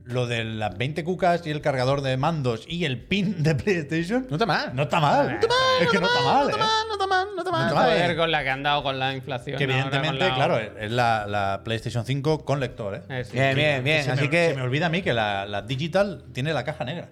C: lo de las 20 cucas y el cargador de mandos y el pin de PlayStation,
B: No está mal.
C: no está mal. es que no está mal, ¿eh?
B: No está mal, no está mal.
C: No está mal.
A: Joder, con la que han dado con la inflación.
C: Que
A: ahora,
C: evidentemente,
A: con la-
C: claro, es la, la PlayStation 5 con lector, ¿eh?
A: Eh, sí,
B: Bien, bien, bien.
C: Se me-
B: Así que.
C: Se me olvida a mí que la, la digital tiene la caja negra.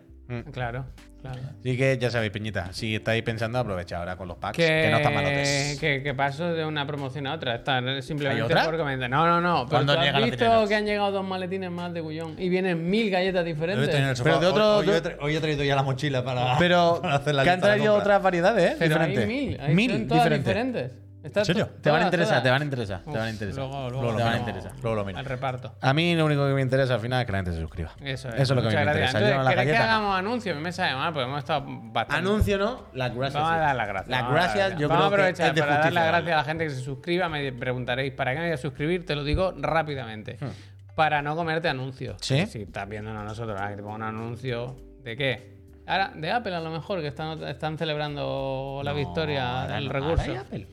A: Claro, claro.
B: Así que ya sabéis, Peñita, si estáis pensando, aprovechad ahora con los packs,
A: Que,
B: que no está malotes.
A: Que, que paso de una promoción a otra. Está simplemente
B: ¿Hay otra?
A: por comentar. No, no, no. Pero
B: ¿Cuándo
A: tú has
B: llegan los
A: visto
B: dineros?
A: que han llegado dos maletines más de Gullón y vienen mil galletas
C: Lo he visto en el
A: diferentes.
C: sofá.
B: Pero de
C: Hoy-
B: otro-
C: hoy, he tra- hoy he traído ya la mochila para,
B: Pero
C: para hacer la
B: que han
C: lista de
B: traído
C: compra.
B: otras variedades, ¿eh?
A: Pero
B: diferentes.
A: hay mil. Hay
B: mil
A: son todas
B: diferentes.
A: diferentes. Está
C: ¿En serio?
A: to-
B: Te van a
A: todas,
B: interesar,
A: todas.
B: te van a interesar, te
A: Uf,
B: van a interesar.
A: Luego, luego,
C: Luego lo
B: te van a
A: miramos.
B: interesar.
C: Luego lo miro.
A: Al reparto.
B: A mí lo único que me interesa al final es que la gente se suscriba.
A: Eso es.
B: Eso es lo que a mí
A: Muchas
B: me
A: gracias.
B: interesa. Yo no
A: Entonces,
B: la
A: ¿queréis que
B: galleta.
A: hagamos anuncios? A mí me sabe mal, porque hemos estado bastante.
B: Anuncio, ¿no? Las gracias.
A: Vamos a
B: sí.
A: dar las gracias.
B: Las
A: vamos a dar
B: gracias,
A: Vamos a
B: yo creo que
A: aprovechar
B: es de
A: para dar
B: justicia
A: las gracias
B: darlas.
A: a la gente que se suscriba. Me preguntaréis, ¿para qué me voy a suscribir? Te lo digo rápidamente. Para no comerte anuncios.
B: Hmm. ¿Sí?
A: Si estás viéndonos nosotros, ahora que te pongo un anuncio. ¿De qué? Ahora, de Apple a lo mejor, que están, están celebrando la
B: No,
A: victoria
B: ahora
A: del
B: no.
A: recurso.
B: Ahora hay Apple.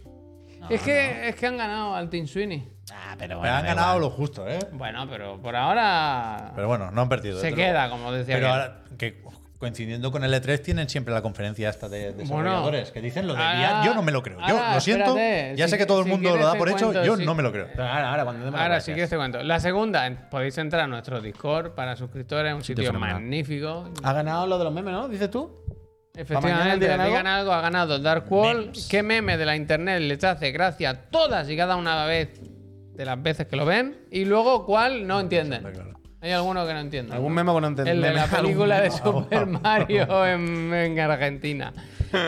A: es, que, es que han ganado al Team Sweeney.
B: Ah, pero
C: Pero
B: bueno.
C: han
B: da
C: ganado
B: igual.
C: lo justo, ¿eh?
A: Bueno, pero por ahora
C: Pero bueno, no han perdido.
A: se
C: desde luego.
A: queda, como decía.
C: Pero
A: aquel.
C: ahora, que coincidiendo con el E3, tienen siempre la conferencia esta de desarrolladores, que dicen lo de
A: ahora-
C: VR. Yo no me lo creo. Yo
A: ahora,
C: lo siento.
A: espérate,
C: ya
A: si
C: sé que
A: que-
C: todo el
A: si
C: mundo lo
A: quieres
C: da
A: te
C: por hecho.
A: cuento,
C: Yo
A: sí.
C: no me lo creo.
B: Pero Ahora, ahora, cuando demos las
A: Ahora
B: gracias.
A: sí que te cuento. La segunda, en- podéis entrar a nuestro Discord para suscriptores, un sitio
B: fenomenal.
A: magnífico.
B: Ha ganado lo de los memes, ¿no? Dices tú. mañana
A: Efectivamente,
B: digan algo?
A: digan algo, ha ganado Dark Wall.
C: Memes.
A: ¿Qué meme de la internet les hace gracia a todas y cada una vez de las veces que lo ven? Y luego, ¿cuál no entienden?
C: claro.
A: Hay alguno que no entiende.
B: Algún meme que no entendí.
A: El de la
B: Algún-
A: película de Super Mario en, en Argentina.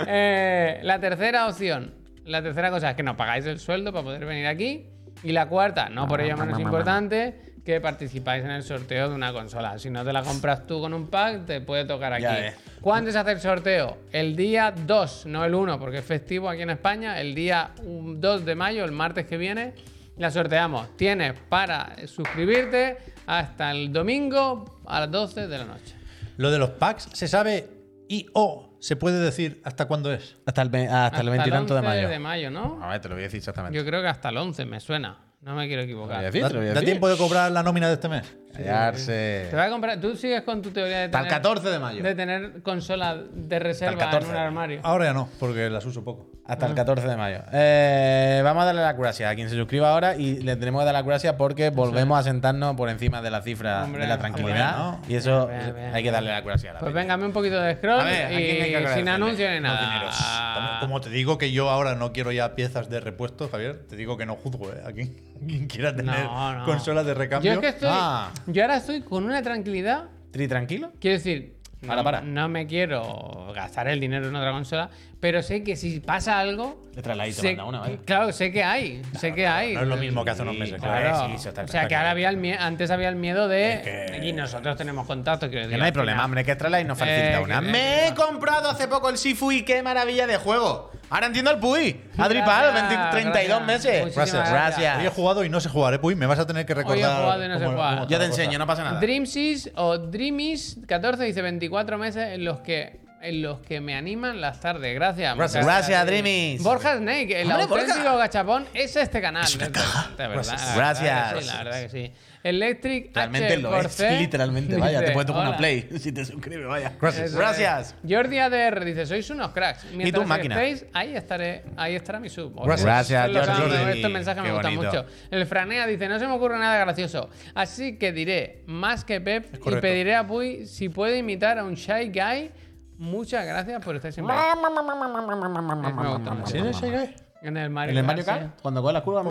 A: Eh, la tercera opción. La tercera cosa es que nos pagáis el sueldo para poder venir aquí. Y la cuarta, no por ello menos importante, que participáis en el sorteo de una consola. Si no te la compras tú con un pack, te puede tocar aquí.
B: Ya ves.
A: ¿Cuándo se hace el sorteo? El día 2, no el 1, porque es festivo aquí en España. El día 2 de mayo, el martes que viene, la sorteamos. Tienes para suscribirte hasta el domingo a las 12 de la noche.
C: Lo de los packs se sabe y o se puede decir hasta cuándo es.
B: Hasta el, ve- hasta el veintitanto de
A: 11
B: mayo.
A: de mayo, ¿no?
B: A ver, te lo voy a decir exactamente.
A: Yo creo que hasta el 11 me suena. No me quiero
B: Te lo
A: equivocar.
B: voy a decir,
C: ¿Da,
B: te lo voy a
C: da
B: decir.
C: tiempo de cobrar la nómina de este mes?
B: Callarse.
A: Te voy a comprar. Tú sigues con tu teoría de
B: Hasta
A: tener,
B: el 14 de mayo.
A: de tener consola de reserva
B: 14
A: en un
B: de mayo.
A: armario.
C: Ahora ya no, porque las uso poco.
B: Hasta el 14 de mayo. Eh, vamos a darle las gracias a quien se suscriba ahora y le tenemos que dar las gracias porque volvemos a sentarnos por encima de la cifra
A: Hombre,
B: de la tranquilidad.
C: hombre, ¿no?
B: Y eso
A: Bien, bien, bien.
B: hay que darle las gracias a la
A: Pues
B: peña.
A: véngame un poquito de scroll
B: A ver, ¿a quién hay que
A: y sin
B: agradecerle?
A: anuncio ni
C: Los dineros. Como,
A: nada.
C: como te digo que yo ahora no quiero ya piezas de repuesto, Javier, te digo que no juzgo ¿eh? a quien, quien quiera tener
A: No, no.
C: consolas de recambio.
A: Yo es que estoy.
B: Ah.
A: Yo ahora estoy con una tranquilidad.
B: ¿Tri tranquilo?
A: Quiero decir, no,
B: Para, para.
A: no me quiero gastar el dinero en otra consola, pero sé que si pasa algo.
B: Le traes la y te
A: sé-
B: manda una, ¿vale?
A: Claro, sé que hay. sé que hay.
C: no es lo mismo que hace unos meses,
A: Claro.
B: Claro, sí, eso está
A: o sea,
B: claro.
A: que ahora había el mie- antes había el miedo de.
C: Es que-
A: Y nosotros tenemos contacto, quiero
B: Que
A: decir.
B: no hay
A: al final.
B: problema, hombre, que Astralife nos facilita
A: Eh,
B: una.
A: que-
B: Me he comprado hace poco el Sifu y qué maravilla de juego. Ahora entiendo el Puy. Adri Pal,
A: Gracias,
B: 20 32
A: gracias.
B: meses.
A: Muchísimas
B: Gracias.
A: gracias.
B: gracias.
C: Hoy he jugado y no sé jugar, ¿eh? Puy, me vas a tener que recordar.
A: jugado y no sé
C: cómo-
A: jugar.
C: cómo
B: Yo te
C: otra cosa.
B: enseño, no pasa nada.
A: Dreamsis o Dreamies 14 dice 24 meses en los que en los que me animan las tardes. Gracias.
B: Gracias,
A: muchas
B: gracias Dreamies.
A: Borja Snake, el
B: Hombre,
A: auténtico
B: Borja.
A: gachapón es este canal.
B: Es una
A: de-
B: caja.
A: de verdad,
B: Gracias.
A: la verdad que
B: Gracias.
A: sí, la verdad que sí. Electric
B: Realmente
A: H
B: lo
A: por
B: es.
A: C
B: Literalmente, vaya. Te
A: dice,
B: puedes tocar
A: "Hola".
B: una play si te suscribes, vaya.
C: Gracias.
A: Eso
B: Gracias.
A: es. Jordi ADR dice, sois unos cracks. Mientras
B: máquina.
A: estéis, ahí estaré, ahí estará mi sub.
C: Gracias.
B: Gracias,
A: Son los
B: Jordi.
A: amo, Estos mensajes Este me
C: Qué
A: gustan
C: bonito.
A: mucho. El Franea dice, no se me ocurre nada gracioso. Así que diré, más que Pep, y
C: correcto.
A: pediré a Puy si puede imitar a un Shy Guy. Muchas gracias por estar siempre. ahí". Me gusta mucho.
C: ¿Sí, sí, sí.
A: En el Mario,
B: En el Mario
A: Kart, sí.
B: Kart, cuando coge las curvas,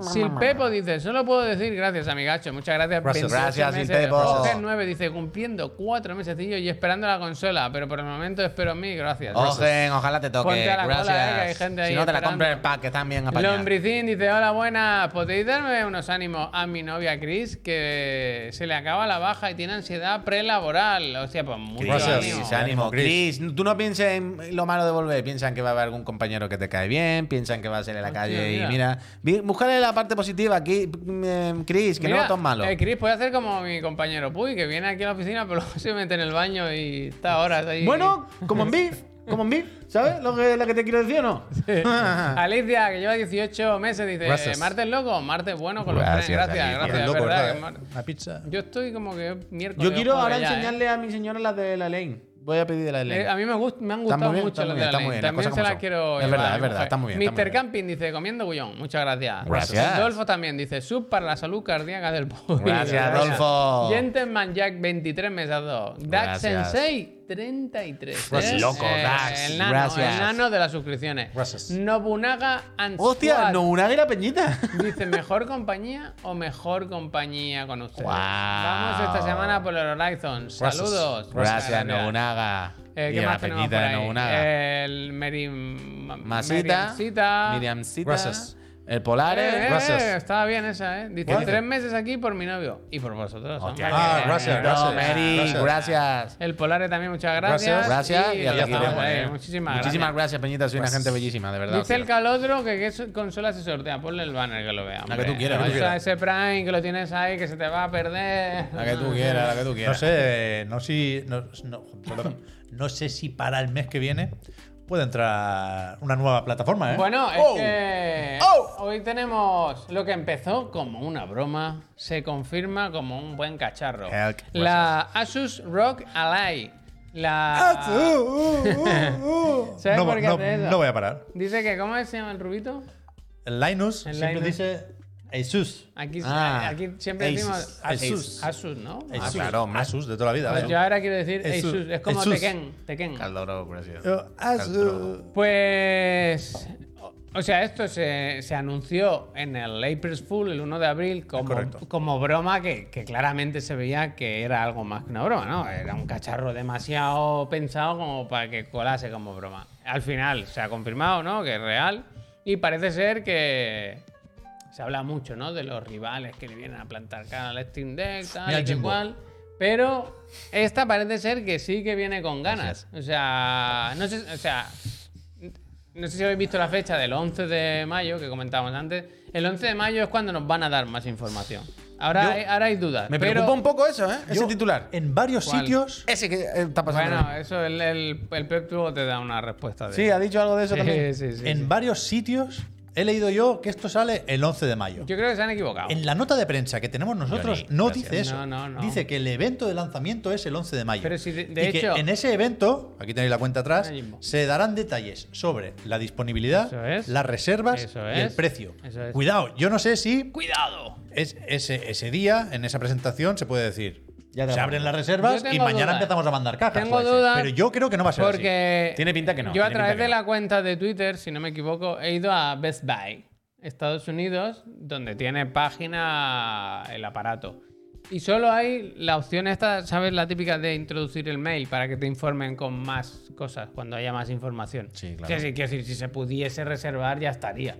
A: Silpepo dice, solo puedo decir gracias, amigacho. Muchas gracias.
C: Gracias.
A: 28
B: Gracias,
A: meses.
B: Silpepo.
A: Roger 9 dice, cumpliendo cuatro mesecillos y esperando la consola, pero por el momento espero mí, gracias.
B: Ojen, ojalá te toque.
A: Ponte a la cola,
B: Gracias.
A: eh, que hay gente ahí
B: si no te la
A: esperando.
B: compras el pack, que están bien apañadas.
A: Lombricín dice, hola, buenas. ¿Podéis darme unos ánimos a mi novia Chris que se le acaba la baja y tiene ansiedad prelaboral? Hostia, pues mucho
C: Gracias.
A: ánimo.
B: Chris, ánimo,
C: Ánimo, Chris.
B: Chris. Tú no pienses en lo malo de volver. Piensa en que va a haber algún compañero que te cae bien. Piensa en que va a ser en la
A: Hostia,
B: calle.
A: mira.
B: Y mira, vi- búscale la parte positiva aquí, mm, Chris, que
A: Mira,
B: no lo tomes malo.
A: eh, Chris puede hacer como mi compañero Puy, que viene aquí a la oficina, pero luego se mete en el baño y está horas ahí.
B: Bueno, como en beef, como en beef, ¿sabes? Lo que, lo que te quiero decir o no.
A: Alicia, que lleva 18 meses, dice, eh,
C: Gracias.
A: martes loco, martes bueno con
B: Gracias,
A: los trenes. Gracias,
B: Alicia.
A: gracias,
C: Eres loco,
A: verdad,
C: ¿verdad?
A: que mar-
C: Una pizza.
A: Yo estoy como que miércoles.
B: Yo quiero
A: jueves
B: ahora
A: ya, ¿eh?
B: enseñarle a mi señora las de la ley. Voy a pedir de la ley.
A: Eh, a mí me, gust- me han
B: Está
A: gustado
B: muy bien,
A: mucho
B: está
A: las
B: muy
A: de
B: bien,
A: la
B: está
A: ley.
B: muy bien, las
A: También se
B: cosas como
A: las
B: son.
A: quiero.
B: Es
A: llevar
B: verdad,
A: a mi
B: es verdad,
A: mujer.
B: está muy bien, está muy
A: Mr.
B: bien.
A: Camping dice, comiendo gullón. Muchas gracias.
B: Gracias.
A: Adolfo también dice, sub para la salud cardíaca del pueblo.
B: Gracias, Adolfo.
A: Gentleman Jack, 23 meses 2. Dak
B: Gracias.
A: Sensei, 33.
B: Gracias.
A: ¿eh?
B: Loco,
A: Eh,
B: Dax.
A: El nano,
B: Gracias.
A: el nano de las suscripciones.
C: Gracias.
A: Nobunaga and
B: Hostia,
A: Squad
B: no, una águila peñita.
A: Dice, ¿mejor compañía o mejor compañía con ustedes?
B: Guau.
A: Vamos esta semana por el Horizon. Saludos.
B: Gracias,
A: Nobunaga.
B: Nobunaga.
A: Eh, ¿Qué
B: Mira,
A: más tenemos por
B: de
A: ahí? Eh,
B: Nobunaga.
A: El Merim...
B: Masita,
A: Miriamcita.
B: Miriamcita,
C: Gracias.
B: el
A: Eh,
B: Polares.
A: eh,
C: Gracias.
A: eh, estaba bien esa, ¿eh? Dice,
C: Guau.
A: tres meses aquí por mi novio. Y por vosotros, hombre.
C: Ah,
A: Eh,
C: gracias,
A: no,
C: gracias.
A: me-
B: Mary,
C: Gracias.
B: gracias. Gracias,
A: El Polare también, muchas gracias.
C: Gracias.
B: gracias.
A: Y
B: y a
A: ya
B: ti,
A: estamos,
B: Guillermo.
A: eh, Muchísimas gracias. Pues,
B: Muchísimas gracias, Peñita. Soy una gente bellísima, de verdad.
A: Dice el calotro que qué so- consola se sortea. Ponle el banner que lo vea.
B: que
A: hombre.
B: tú quieras, la que tú
A: Usa
B: quieras.
A: ese Prime que lo tienes ahí que se te va a perder.
B: La que tú quieras, la que tú
C: No
B: quieras.
C: sé, no, si, no, no, perdón. no sé si para el mes que viene puede entrar una nueva plataforma, ¿eh?
A: Bueno, es
B: Oh.
A: que
B: Oh.
A: hoy tenemos lo que empezó como una broma, se confirma como un buen cacharro.
C: Heck,
A: La Asus Rock Ally. La ¿Sabes
C: no,
A: por qué
C: no-
A: hace eso?
C: no voy a parar.
A: Dice que ¿cómo se llama el rubito?
C: El Linus
A: El
C: siempre
A: Linus.
C: dice Asus.
A: Aquí,
B: Ah,
A: aquí siempre
B: Asus.
A: decimos
C: Asus.
A: Asus, ¿no?
B: Ah,
C: Asus.
B: claro, hombre.
C: Asus de toda la vida.
A: Pues
C: ¿eh?
A: yo ahora quiero decir
C: Asus.
A: Asus, es como
C: Asus.
A: Tekken, Tekken.
B: Caldoro, gracias.
C: Yo, eh, Asus.
A: Pues. o- O sea, esto se, se anunció en el April Fool el 1 de abril como,
C: Correcto.
A: como broma que, que claramente se veía que era algo más que una broma, ¿no? Era un cacharro demasiado pensado como para que colase como broma. Al final se ha confirmado, ¿no? Que es real y parece ser que se habla mucho, ¿no? De los rivales que le vienen a plantar cara al Steam Deck, tal
C: Mira
A: y
C: el
A: que
C: Jimbo.
A: cual. Pero esta parece ser que sí que viene con ganas. O sea, no sé, o sea, no sé si habéis visto la fecha del 11 de mayo que comentábamos antes. El 11 de mayo es cuando nos van a dar más información. Ahora,
C: Yo-
A: hay, ahora hay dudas.
B: Me
A: pero-
B: preocupa un poco eso, ¿eh? Ese
C: Yo,
B: titular.
C: En varios
A: ¿Cuál?
C: sitios.
B: Ese que eh, está pasando.
A: Bueno, eso el, el, el Pep Turbo te da una respuesta de
B: sí, ha dicho algo de eso
A: sí,
B: también.
A: sí, sí,
C: en
A: sí.
C: varios sitios he leído yo que esto sale el 11 de mayo.
A: Yo creo que se han equivocado.
C: En la nota de prensa que tenemos nosotros
B: Johnny,
C: no
B: gracias.
C: dice eso.
A: No, no, no.
C: Dice que el evento de lanzamiento es el 11 de mayo.
A: Pero si de- de
C: y que
A: hecho-
C: en ese evento, aquí tenéis la cuenta atrás,
A: Ahí mismo.
C: se darán detalles sobre la disponibilidad,
A: Eso es.
C: las reservas
A: Eso
C: y el
A: es.
C: precio.
A: Eso es.
C: Cuidado, yo no sé si
A: ¡Cuidado!
C: es ese, ese día, en esa presentación, se puede decir.
B: Ya te
C: se
B: la
C: abren
B: mando.
C: las reservas
A: Yo
C: y
A: tengo
C: mañana
A: dudas.
C: empezamos a mandar cajas.
A: Tengo
C: puede ser.
A: dudas
C: Pero yo creo que no va a ser así.
A: Porque
B: Tiene pinta que no,
A: Yo a
B: tiene pinta
A: través
B: que
A: de
B: no.
A: la cuenta de Twitter, si no me equivoco, he ido a Best Buy, Estados Unidos, donde tiene página el aparato. Y solo hay la opción esta, ¿sabes? La típica de introducir el mail para que te informen con más cosas, cuando haya más información.
B: Sí, claro.
A: O sea, sí, quiero decir, si se pudiese reservar ya estaría.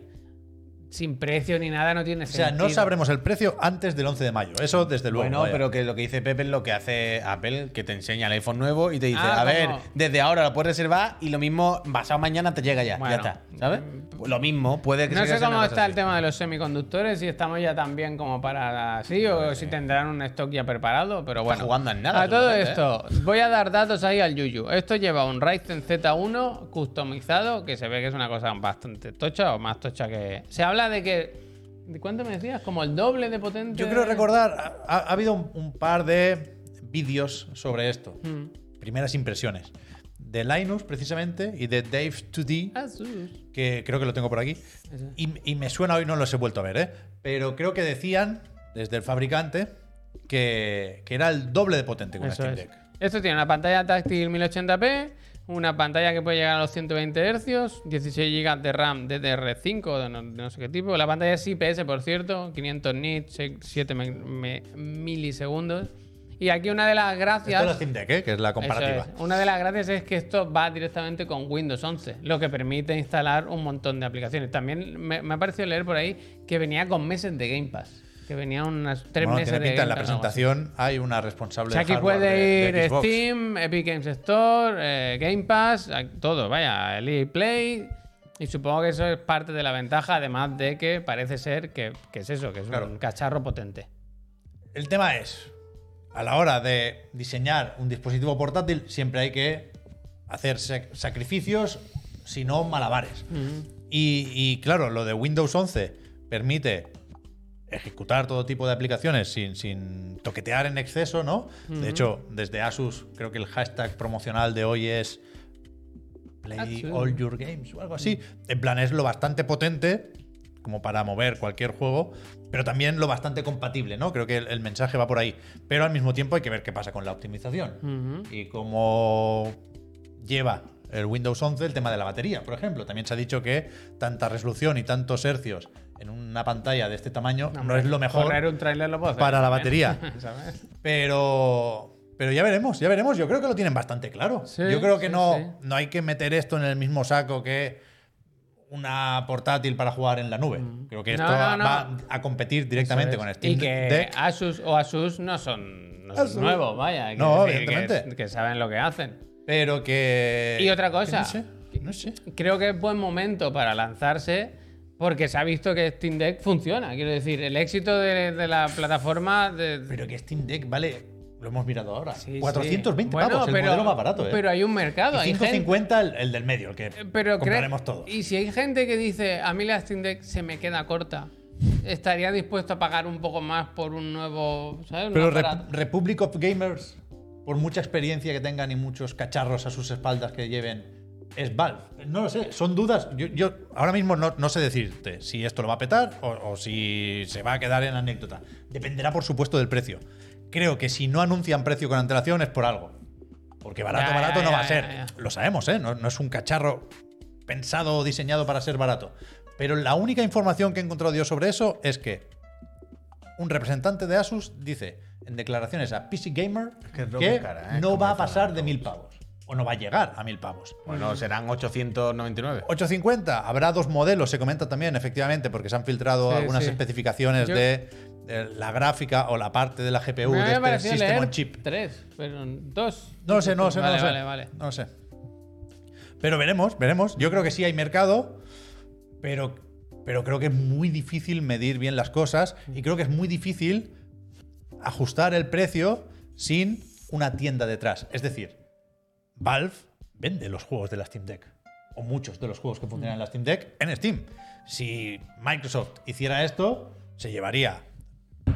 A: sin precio ni nada no tiene
C: O sea,
A: sentido.
C: no sabremos el precio antes del 11 de mayo. Eso, desde luego.
B: Bueno,
C: vaya.
B: pero que lo que dice Pepe es lo que hace Apple, que te enseña el iPhone nuevo y te dice,
A: Ah,
B: a ver,
A: como-
B: desde ahora lo puedes reservar y lo mismo, pasado mañana te llega ya,
A: Bueno. Mm.
B: ya está, ¿sabes? Pues lo mismo, puede que
A: No
B: siga
A: sé
B: siendo
A: cómo
B: una
A: está
B: cosa
A: el tema de los semiconductores, si estamos ya también como para así o si tendrán un stock ya preparado, pero bueno.
B: jugando en nada,
A: A todo
B: seguramente, ¿eh?
A: esto, voy a dar datos ahí al Yuyu. Esto lleva un Ryzen Z1 customizado, que se ve que es una cosa bastante tocha o más tocha que. Se habla de que. ¿de ¿Cuánto me decías? Como el doble de potente.
C: Yo quiero recordar, ha, ha- ha habido un, un par de vídeos sobre esto.
A: Mm.
C: Primeras impresiones. De Linus, precisamente, y de Dave 2D,
A: Ah. Asus.
C: que creo que lo tengo por aquí. Y, y me suena hoy, no los he vuelto a ver, ¿eh? Pero creo que decían, desde el fabricante, que, que era el doble de potente con
A: Eso
C: Steam
A: es.
C: Deck.
A: Esto tiene una pantalla táctil 1080p, una pantalla que puede llegar a los 120 Hz, 16 GB de RAM DDR5 de no, de no sé qué tipo. La pantalla es IPS, por cierto, 500 nits, se- 7 me- me- milisegundos. Y aquí una de las
C: Esto es la
A: gracias...
C: Steam Deck, ¿eh? que es la
A: Eso
C: comparativa.
A: es. Una de las gracias es que esto va directamente con Windows 11, lo que permite instalar un montón de aplicaciones. También me, me ha parecido leer por ahí que venía con meses de Game Pass, que venía unas tres
C: Bueno,
A: meses
C: tiene
A: de
C: pinta
A: Game
C: en la
A: Pass o algo así.
C: presentación, hay una responsable
A: O sea,
C: de
A: aquí
C: hardware de-
A: puede ir
C: de Xbox.
A: Steam, Epic Games Store, eh, Game Pass, a- todo, vaya, el EA Play. Y supongo que eso es parte de la ventaja, además de que parece ser que, que es eso, que es
C: Claro.
A: un cacharro potente.
C: El tema es, a la hora de diseñar un dispositivo portátil, siempre hay que hacer sac- sacrificios, si no malabares. Y, y, claro, lo de Windows 11 permite ejecutar todo tipo de aplicaciones sin, sin toquetear en exceso, ¿no? De hecho, desde Asus creo que el hashtag promocional de hoy es Play
A: Asus.
C: All Your Games o algo así. En plan, es lo bastante potente como para mover cualquier juego, pero también lo bastante compatible, ¿no? Creo que el, el mensaje va por ahí. Pero al mismo tiempo hay que ver qué pasa con la optimización
A: Ujú.
C: y cómo lleva el Windows 11 el tema de la batería, por ejemplo. También se ha dicho que tanta resolución y tantos hercios en una pantalla de este tamaño no, es lo mejor
A: Correr un trailer lo puedo hacer
C: para la
A: también,
C: batería.
A: ¿sabes?
C: Pero. Pero ya veremos, ya veremos. Yo creo que lo tienen bastante claro.
A: Sí,
C: Yo creo que
A: sí,
C: no,
A: sí.
C: no hay que meter esto en el mismo saco que una portátil para jugar en la nube. Creo que
A: Mm. No,
C: esto
A: no, no.
C: va a competir directamente
A: Eso
C: con
A: es.
C: Steam
A: Y que
C: Deck.
A: Asus o Asus no son, no son
C: Asus.
A: nuevos, vaya. quiero
C: No,
A: decir que-
C: evidentemente.
A: que saben lo que hacen.
C: Pero que.
A: Y otra cosa.
C: No sé. No sé.
A: creo que es buen momento para lanzarse porque se ha visto que Steam Deck funciona. Quiero decir, el éxito de, de la plataforma. De,
C: Pero que Steam Deck vale. Lo hemos mirado ahora.
A: Sí, sí.
C: 420
A: Bueno,
C: pavos, el
A: pero-
C: modelo más barato, ¿eh?
A: Pero hay un mercado,
C: y
A: hay gente.
C: 150 el, el del medio, el que
A: Pero
C: compraremos
A: cre-
C: todo.
A: Y si hay gente que dice, a mí la Steam Deck se me queda corta, estaría dispuesto a pagar un poco más por un nuevo. ¿Sabes? Un
C: Pero
A: aparato.
C: Rep- Republic of Gamers, por mucha experiencia que tengan y muchos cacharros a sus espaldas que lleven, es Valve. No lo sé, son dudas. Yo, yo ahora mismo no, no sé decirte si esto lo va a petar o, o si se va a quedar en anécdota. Dependerá, por supuesto, del precio. Creo que si no anuncian precio con antelación es por algo. Porque barato,
A: Ya, ya,
C: barato
A: ya,
C: no va a
A: ya,
C: ser.
A: ya.
C: Lo sabemos, ¿eh? No, no es un cacharro pensado o diseñado para ser barato. Pero la única información que he encontrado yo sobre eso es que un representante de Asus dice en declaraciones a PC Gamer
B: que
C: que,
B: es lo que cara, ¿eh?
C: no
B: Como
C: va a
B: dicen
C: pasar de
B: todos.
C: mil pavos. O no va a llegar a mil pavos.
B: Bueno, serán 899.
C: 850, habrá dos modelos, se comenta también, efectivamente, porque se han filtrado
A: Sí,
C: algunas
A: sí.
C: especificaciones
A: Yo-
C: de eh, la gráfica o la parte de la GPU
A: me
C: de
A: había
C: este
A: parecido
C: sistema
A: leer
C: chip.
A: tres, pero dos.
C: No lo sé, no lo sé, no
A: Vale,
C: lo sé.
A: Vale, vale.
C: No lo sé. Pero veremos, veremos. Yo creo que sí hay mercado, pero, pero creo que es muy difícil medir bien las cosas y creo que es muy difícil ajustar el precio sin una tienda detrás. Es decir, Valve vende los juegos de la Steam Deck. O muchos de los juegos que funcionan en la Steam Deck en Steam. Si Microsoft hiciera esto, se llevaría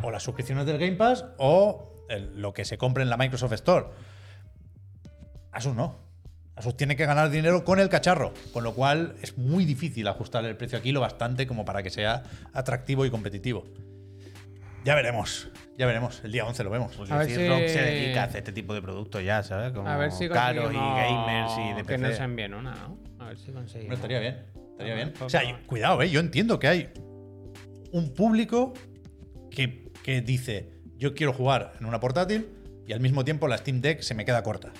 C: o las suscripciones del Game Pass o el- lo que se compre en la Microsoft Store. Asus no. Asus tiene que ganar dinero con el cacharro, con lo cual es muy difícil ajustar el precio aquí lo bastante como para que sea atractivo y competitivo. Ya veremos, ya veremos. El día 11 lo vemos.
B: Pues
A: A ver
B: decir,
A: si-
B: Rock se dedica a hacer este tipo de productos ya, ¿sabes? Como
A: A ver si
B: caros y
A: conseguimos
B: gamers y de
A: Que nos
B: PC.
A: envíen una, ¿no? A ver si
C: Hombre,
A: conseguimos.
C: estaría bien, estaría bien.
A: Hombre, pues
C: O sea,
A: por
C: yo-
A: favor.
C: cuidado, ¿eh? yo entiendo que hay un público que, que dice, yo quiero jugar en una portátil y al mismo tiempo la Steam Deck se me queda corta.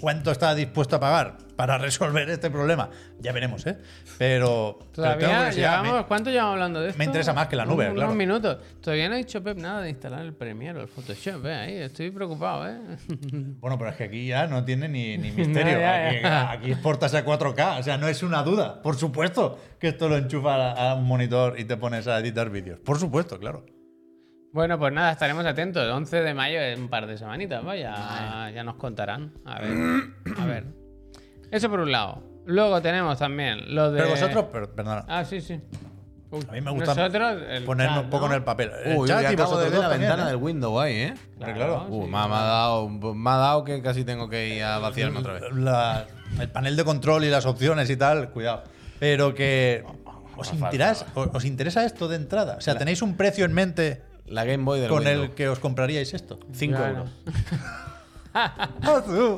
C: cuánto está dispuesto a pagar para resolver este problema. Ya veremos, ¿eh? Pero. pero tengo
A: Todavía
C: curiosidad, me-
A: llevamos. ¿Cuánto llevamos hablando de esto?
C: interesa más que la nube,
A: Unos
C: claro.
A: minutos. Todavía no he dicho Pep nada de instalar el Premiere o el Photoshop, ¿eh? Ahí estoy preocupado, ¿eh?
C: Bueno, pero es que aquí ya no tiene ni, ni misterio.
A: No, ya,
C: aquí,
A: ya.
C: aquí exportas a 4K. O sea, no es una duda. Por supuesto que esto lo enchufas a, a un monitor y te pones a editar vídeos. Por supuesto, claro.
A: Bueno, pues nada, estaremos atentos. El 11 de mayo es un par de semanitas, vaya. Ya nos contarán. A ver. A ver. Eso por un lado. Luego tenemos también lo de.
C: Pero vosotros, per- perdona.
A: Ah, sí, sí. Uy,
C: A mí me gusta
A: Nosotros, el
C: ponernos
A: chat,
C: un poco
A: ¿no?
C: en el papel. El
B: Uy,
C: chat
B: uy,
C: y
B: acabo de
C: vosotros
B: ver la
C: dos también,
B: ventana
C: ¿eh?
B: del Windows ahí, ¿eh?
A: Claro,
C: claro.
A: sí.
B: Uh, me, ha, me ha dado, me ha dado que casi tengo que ir a vaciarme otra vez.
C: La- el panel de control y las opciones y tal, cuidado. Pero que os, interesa, o- os interesa esto de entrada. O sea, ¿tenéis un precio en mente
B: La Game Boy del
C: con
B: Windows.
C: el que os compraríais esto?
B: 5
A: Claro.
B: euros.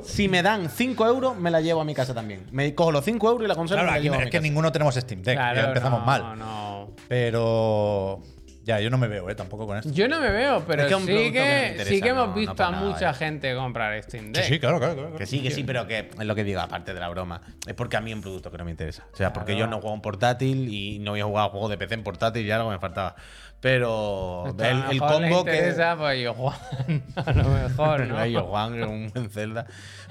B: Si me dan 5 euros, me la llevo a mi casa también. Me cojo los 5 euros y la consola me
C: Claro,
B: la
C: aquí
B: llevo
C: no-
B: a mi
C: es que
B: casa.
C: ninguno tenemos Steam Deck.
A: Claro,
C: ya empezamos
A: no,
C: mal.
A: no.
C: Pero. Ya, yo no me veo, ¿eh? Tampoco con esto.
A: Yo no me veo, pero
B: Es que es
A: sí,
B: un
A: que,
B: producto que nos interesa,
A: sí que hemos
B: no- no
A: visto
B: para
A: a
B: nada,
A: mucha
B: eh.
A: gente comprar Steam
C: Sí,
A: Deck.
C: sí, claro, claro. claro.
B: Que sí, que sí, pero que es lo que digo, aparte de la broma. Es porque a mí es un producto que no me interesa. O sea, porque
A: Claro.
B: yo no juego en portátil y no había jugado a juegos de PC en portátil y algo me faltaba. Pero
A: Esto a
B: el,
A: lo
B: el
A: mejor le
B: combo que.
A: interesa, pues yo Juan, a lo mejor, ¿no?
B: Ay, yo, Juan, que es un buen Zelda.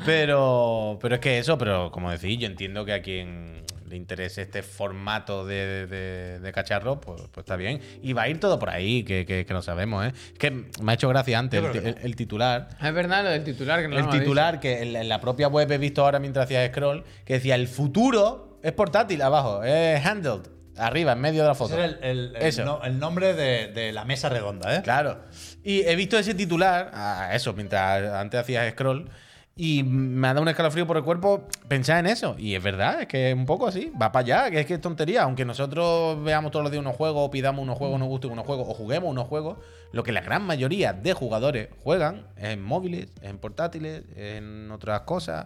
B: Pero, pero es que eso, pero como decís, yo entiendo que a quien le interese este formato de, de- de cacharro, pues, pues está bien. Y va a ir todo por ahí, que, que, que lo sabemos, ¿eh? Es que me ha hecho gracia antes
C: Yo
B: el,
C: creo que
B: el- el titular.
A: Es verdad lo del titular que no
B: El
A: lo hemos
B: titular que en la, en la propia web he visto ahora mientras hacía scroll, que decía el futuro es portátil abajo, es handled, arriba, en medio de la foto.
C: Ese es el, el- el
B: Eso.
C: no- el nombre de, de la mesa redonda, ¿eh?
B: Claro. Y he visto ese titular, a eso, mientras antes hacías scroll, y me ha dado un escalofrío por el cuerpo pensar en eso. Y es verdad, es que es un poco así, va para allá, que es que es tontería. Aunque nosotros veamos todos los días unos juegos, o pidamos unos juegos, nos gusten unos juegos, o juguemos unos juegos, lo que la gran mayoría de jugadores juegan es en móviles, es en portátiles, es en otras cosas.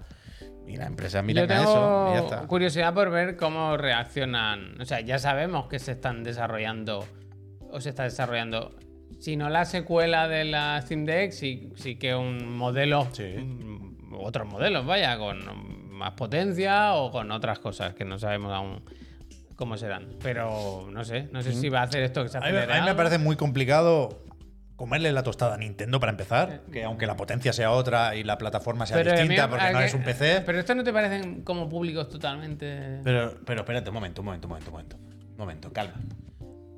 B: Y las empresas
A: Yo
B: miran a
A: tengo
B: eso y ya está.
A: curiosidad por ver cómo reaccionan. O sea, ya sabemos que se están desarrollando o se está desarrollando. Si no la secuela de la Steam Deck, sí, sí que un modelo,
C: Sí.
A: mm, otros modelos, vaya, con más potencia o con otras cosas que no sabemos aún cómo serán. Pero no sé,
B: Mm.
A: no sé si va a hacer esto que se
C: A mí, me- a mí
A: acelera.
C: me parece muy complicado comerle la tostada a Nintendo para empezar, que aunque la potencia sea otra y la plataforma sea
A: Eh, Pero a mí-
C: distinta
A: a
C: porque no
A: que-
C: es un PC.
A: Pero esto no te parecen como públicos totalmente.
B: Pero, pero espérate, un momento, un momento, un momento, un momento. Un momento, calma.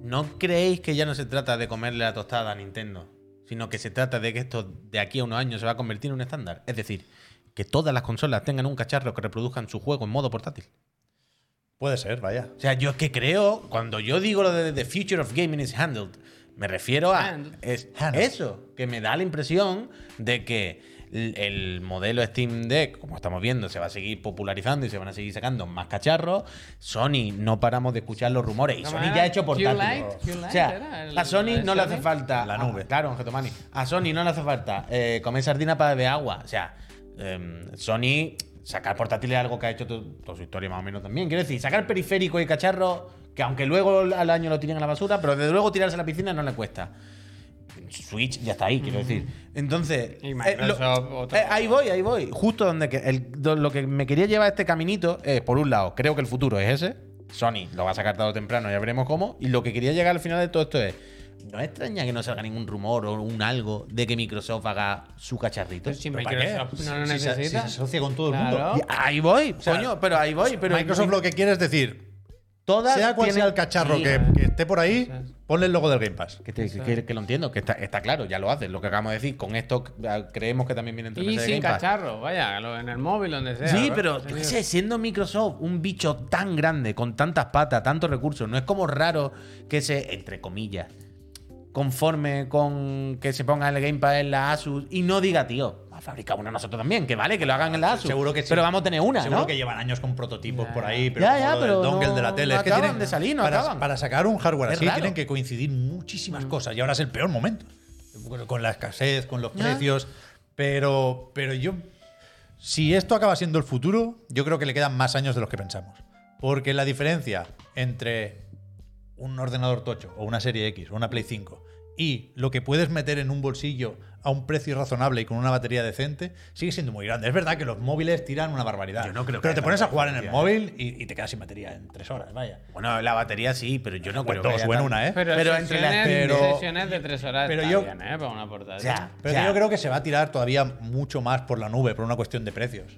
B: ¿No creéis que ya no se trata de comerle la tostada a Nintendo? Sino que se trata de que esto de aquí a unos años se va a convertir en un estándar. Es decir, que todas las consolas tengan un cacharro que reproduzcan su juego en modo portátil.
C: Puede ser, vaya.
B: O sea, yo es que creo, cuando yo digo lo de The Future of Gaming is Handled, me refiero a
A: Handled.
B: es-
C: Handled.
B: eso, que me da la impresión de que el, el modelo Steam Deck, como estamos viendo, se va a seguir popularizando y se van a seguir sacando más cacharros. Sony, no paramos de escuchar los rumores. Y
A: No,
B: Sony
A: man,
B: ya ha hecho
A: Q-Lite,
B: portátil.
A: Q-Lite
B: O sea,
A: era el-
B: a Sony no le hace
A: Sony.
B: falta.
C: La nube.
B: a- claro, Ángel Tomani. A Sony no le hace falta eh, comer sardina para beber agua. O sea, em, Sony, sacar portátil es algo que ha hecho to- toda su historia más o menos también. Quiero decir, sacar periférico y cacharro, que aunque luego al año lo tiran a la basura, pero desde luego tirarse a la piscina no le cuesta. Switch ya está ahí, quiero decir. Entonces,
A: Y Microsoft, otro.
B: eh, ahí voy, ahí voy. Justo donde que- el- do- lo que me quería llevar este caminito es, por un lado, creo que el futuro es ese. Sony lo va a sacar tarde o temprano, ya veremos cómo. Y lo que quería llegar al final de todo esto es, ¿no extraña que no salga ningún rumor o un algo de que Microsoft haga su cacharrito?
A: Pero si
C: ¿Pero para qué?
A: Microsoft no lo
C: Si se- si
A: necesita.
C: se asocia con todo el
A: Claro.
C: mundo.
B: Y ahí voy,
C: sea,
B: coño, pero ahí voy. Pero
C: Microsoft lo que quiere es decir,
B: todas
C: sea cual
B: tienen-
C: sea el cacharro
B: Sí.
C: que,
A: eh.
C: que esté por ahí, ponle el logo del Game Pass.
B: Que, te- que- que lo entiendo, que está, está claro, ya lo hacen, lo que acabamos de decir. Con esto ah, creemos que también viene entre
A: Y
B: meses de
A: sin
B: Game Pass.
A: cacharro, vaya, lo- en el móvil, donde sea.
B: Sí,
A: ¿no?
B: pero yo qué sé, siendo Microsoft un bicho tan grande, con tantas patas, tantos recursos, no es como raro que se, entre comillas, conforme con que se ponga el Game Pass en la Asus y no diga, tío, va a fabricar una nosotros también, que vale, que lo hagan en la Asus.
C: Ah, Seguro que sí.
B: Pero vamos a tener una,
C: Seguro
B: ¿no?
C: que llevan años con prototipos
A: Ya.
C: por ahí, pero,
B: Ya,
C: como
B: ya,
C: lo del
B: pero
C: dongle
B: no-
C: de la tele.
B: no
C: es que
B: acaban
C: tienen-
B: de salir, no
C: para,
B: acaban.
C: para sacar un hardware
B: Es
C: así
B: raro. Mm.
C: tienen que coincidir muchísimas cosas y ahora es el peor momento. Bueno, Con la escasez, con los
B: Ya.
C: precios. Pero, pero yo. Si esto acaba siendo el futuro, yo creo que le quedan más años de los que pensamos. Porque la diferencia entre un ordenador tocho o una serie X o una Play 5 y lo que puedes meter en un bolsillo a un precio razonable y con una batería decente sigue siendo muy grande. Es verdad que los móviles tiran una barbaridad.
B: Yo no creo que
C: pero
B: haya
C: te pones a
B: tanta
C: jugar en el
B: batería.
C: móvil y, y te quedas sin batería en tres horas, vaya.
B: Bueno, la batería sí, pero yo no
C: Pues
B: creo que.
C: dos
B: haya
C: o en
B: tanto.
C: una, ¿eh?
A: Pero,
B: Pero entre
A: sesiones,
B: las-
C: pero-
A: sesiones de tres horas
C: pero
A: está
C: yo-
A: bien, ¿eh? Para una portátil.
B: Ya,
C: Pero
B: ya.
C: yo creo que se va a tirar todavía mucho más por la nube, por una cuestión de precios.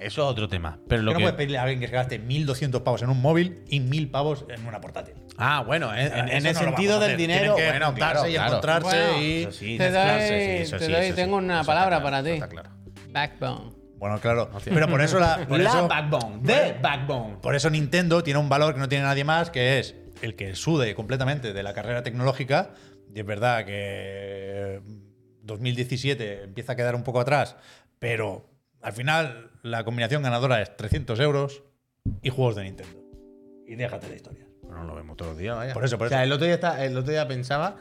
B: Eso es otro tema. Pero
C: Yo
B: lo
C: no
B: que...
C: puedes pedirle a alguien que se gaste 1.200 pavos en un móvil y 1.000 pavos en una portátil.
B: Ah, bueno, en, en-
C: Eso
B: en
C: no
B: el
C: lo
B: sentido
C: vamos a
B: del
C: hacer. Tienen
B: dinero.
C: que
B: bueno,
C: juntarse
B: claro,
C: y
B: claro.
C: encontrarse
A: Bueno,
C: y-
B: Eso sí,
A: Te
B: mezclarse,
A: doy-
B: sí, eso
A: te
B: sí,
A: doy-
B: eso
A: tengo
B: sí.
A: una
B: Eso está
A: palabra
B: claro,
A: para
B: eso
A: ti.
B: está claro.
A: Backbone.
C: Bueno, claro. Pero por eso la. Por
B: la
C: eso,
B: backbone, de backbone.
C: Por eso Nintendo tiene un valor que no tiene nadie más, que es el que sude completamente de la carrera tecnológica. Y es verdad eh, que 2017 empieza a quedar un poco atrás, pero al final la combinación ganadora es 300 euros y juegos de Nintendo. Y déjate de historias.
B: Bueno, lo vemos todos los días, vaya.
C: Por eso, por
B: O sea, el otro día, está- el otro día pensaba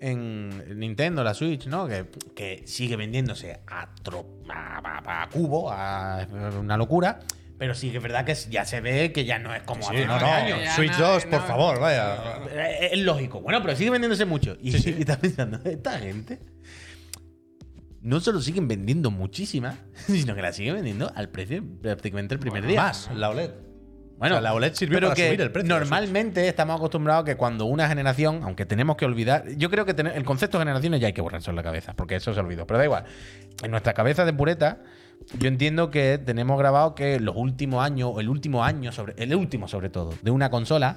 B: en Nintendo, la Switch, ¿no? Que, que sigue vendiéndose a, tro- a- a- a cubo, a una locura. Pero sí que es verdad que ya se ve que ya no es como
C: Sí,
B: hace
C: no,
B: nueve años.
C: no.
A: Ya
C: Switch
A: no,
C: 2,
A: no.
C: por favor, vaya.
B: Eh, Es lógico. Bueno, pero sigue vendiéndose mucho. Y, y estás pensando, esta gente no solo siguen vendiendo muchísimas, sino que la siguen vendiendo al precio prácticamente el primer día.
C: Más, la E OLED.
B: Bueno,
C: O sea, la OLED sirvió
B: pero
C: para
B: que
C: subir el precio de la Switch.
B: Normalmente estamos acostumbrados que cuando una generación, aunque tenemos que olvidar, yo creo que tener- el concepto de generaciones ya hay que borrarse en la cabeza, porque eso se olvidó. Pero da igual. En nuestra cabeza de pureta, yo entiendo que tenemos grabado que los últimos años, o el último año, sobre, el último sobre todo, de una consola,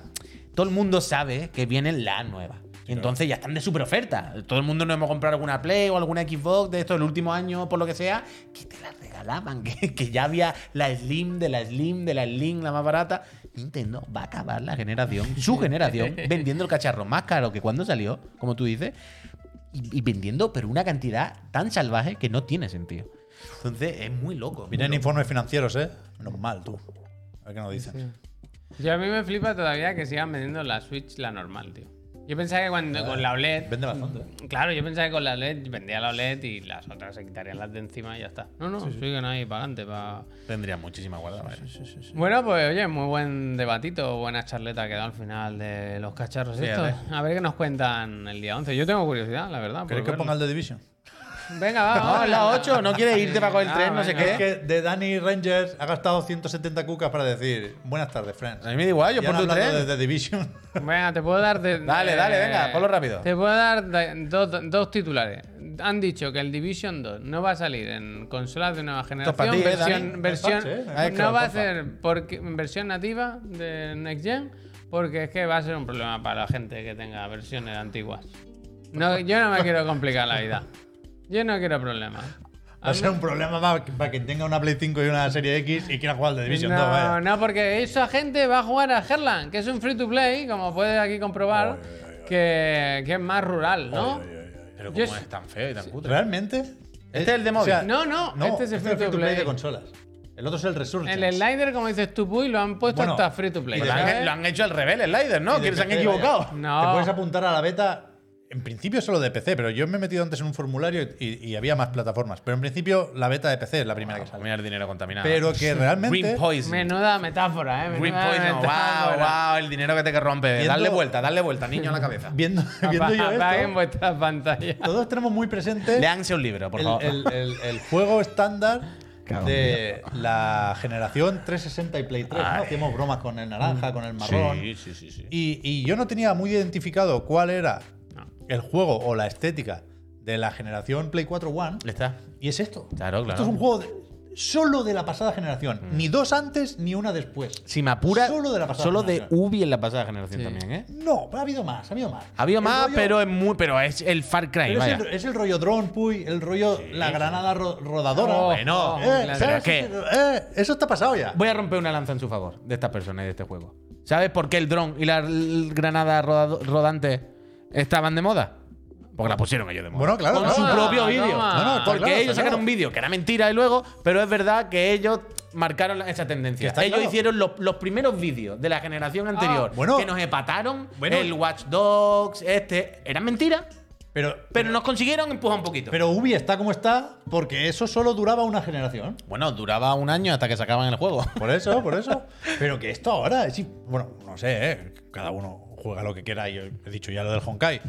B: todo el mundo sabe que viene la nueva. Y entonces ya están de super oferta. Todo el mundo nos hemos comprado alguna Play o alguna Xbox de esto el último año, por lo que sea, que te la regalaban, que, que ya había la Slim de la Slim de la Slim, la más barata. Nintendo va a acabar la generación, su generación, vendiendo el cacharro más caro que cuando salió, como tú dices, y, y vendiendo, pero una cantidad tan salvaje que no tiene sentido. Entonces es muy loco. muy
C: Vienen
B: loco.
C: informes financieros, ¿eh? Menos mal, tú. A ver qué nos dicen.
A: Yo a mí me flipa todavía que sigan vendiendo la Switch la normal, tío. Yo pensaba que cuando con la OLED.
C: Vende bastante. ¿eh?
A: Claro, yo pensaba que con la OLED vendía la OLED y las otras se quitarían las de encima y ya está. No, no, siguen ahí para adelante. Pa...
B: Tendría muchísima guarda. ¿vale?
A: Bueno, pues oye, muy buen debatito, buena charleta que da al final de los cacharros
B: Sí, a
A: estos. A ver qué nos cuentan el día 11. Yo tengo curiosidad, la verdad. por
C: ¿Queréis que
A: verlo.
C: ponga el de Division?
A: Venga, va.
B: No,
A: vamos.
B: es la 8, no quieres irte para coger el
A: Ah,
B: tren, no sé
A: venga.
B: qué.
C: Es que de Danny Rangers ha gastado 170 cucas para decir buenas tardes, friends.
B: A mí me da igual, yo
C: Y
B: por
C: ahora
B: tu
C: hablando
B: tren.
C: de The Division.
A: Venga, te puedo dar. de-
B: Dale,
A: de-
B: dale, venga, ponlo rápido.
A: Te puedo dar de- dos, dos titulares. Han dicho que el Division 2 no va a salir en consolas de nueva generación.
B: para ti, eh,
A: versión,
B: Dani.
A: versión-
C: El parche, eh.
B: Ahí, claro,
A: no va a
B: porfa.
A: ser porque, en versión nativa de Next Gen, porque es que va a ser un problema para la gente que tenga versiones antiguas. No, yo no me quiero complicar la vida. Yo no quiero problemas.
C: Va a ser un problema para, para quien tenga una Play 5 y una Serie X y quiera jugar al The Division 2,
A: No,
C: vaya.
A: no, porque esa gente va a jugar a Herland, que es un free to play, como puedes aquí comprobar, Que, que es más rural, ¿no?
B: Pero
A: Yo
B: como
A: es-
B: es tan feo y tan cutre.
C: ¿Realmente?
B: Este es el de móvil.
A: No, no, este es el free to play.
C: de consolas. El otro es el Resurgence.
A: El slider, como dices tú, Puy, lo han puesto
C: Bueno,
A: hasta free to play.
C: y
B: Lo han,
A: ¿sabes?
B: lo han hecho al revés, el slider,
C: Y
B: ¿no?
C: de
B: Que se han
C: PC,
B: equivocado.
C: vaya.
A: No.
C: Te puedes apuntar a la beta. En principio solo de PC, pero yo me he metido antes en un formulario y, y había más plataformas. Pero en principio la beta de PC es la primera que sale.
B: Mira el dinero contaminado.
C: Pero que realmente.
B: Green Poison.
A: Menuda metáfora, ¿eh?
B: Green
A: Menuda
B: Poison. Wow,
A: metáfora.
B: wow, el dinero que te que rompe.
C: Viendo-
B: Darle vuelta, darle vuelta, niño a la cabeza.
C: Viendo, viendo yo
A: Apaguen
C: esto,
A: vuestras pantallas.
C: todos tenemos muy presente
B: Leanse un libro, por
C: el,
B: favor.
C: el- el- el juego estándar
B: Cago en
C: de la generación 360 y Play 3. ¿no?
B: Ay.
C: Hacíamos bromas con el naranja, con el marrón.
B: sí, sí, sí, sí.
C: Y, y yo no tenía muy identificado cuál era
A: No.
C: el juego o la estética de la generación Play 4 One.
B: Ya está.
C: Y es esto.
B: Claro, Mm. claro.
C: Esto es un juego de- solo de la pasada generación. Ni dos antes ni una después.
B: Si me apura,
C: Solo de la pasada
B: solo de
C: generación.
B: Ubi en la pasada generación
A: Sí.
B: también, ¿eh?
C: No, ha habido más, ha habido más.
B: Ha habido
C: El
B: más,
C: rollo-
B: pero es muy, pero es el Far Cry,
C: pero es,
B: vaya.
C: el, es el rollo drone, puy, el rollo la granada ro- rodadora.
A: Oh,
B: Bueno,
A: oh,
C: Eh,
A: claro.
C: ¿sabes?
B: pero ¿qué?
C: Eh, eso está pasado ya.
B: Voy a romper una lanza en su favor de estas personas y de este juego. ¿Sabes por qué el dron y la l- granada rodado- rodante estaban de moda? Porque la pusieron ellos de moda.
C: Bueno, claro,
B: Con
C: claro.
B: su propio
A: Toma,
B: vídeo.
A: toma.
C: No, no, está
B: Porque
C: claro,
B: ellos
C: está
B: sacaron
C: claro.
B: un vídeo que era mentira y luego, pero es verdad que ellos marcaron la- esa
C: Que
B: tendencia.
C: está
B: Ellos
C: claro.
B: hicieron los, los primeros vídeos de la generación anterior
C: bueno.
B: que nos empataron.
C: Bueno.
B: el Watch Dogs, este. Eran mentiras,
C: Pero,
B: pero nos consiguieron empujar un poquito.
C: pero Ubi está como está porque eso solo duraba una generación.
B: bueno, duraba un año hasta que sacaban el juego.
C: Por eso, por eso. Pero que esto ahora, sí, bueno, no sé, ¿eh? cada uno juega lo que quiera. Yo he dicho ya lo del Honkai.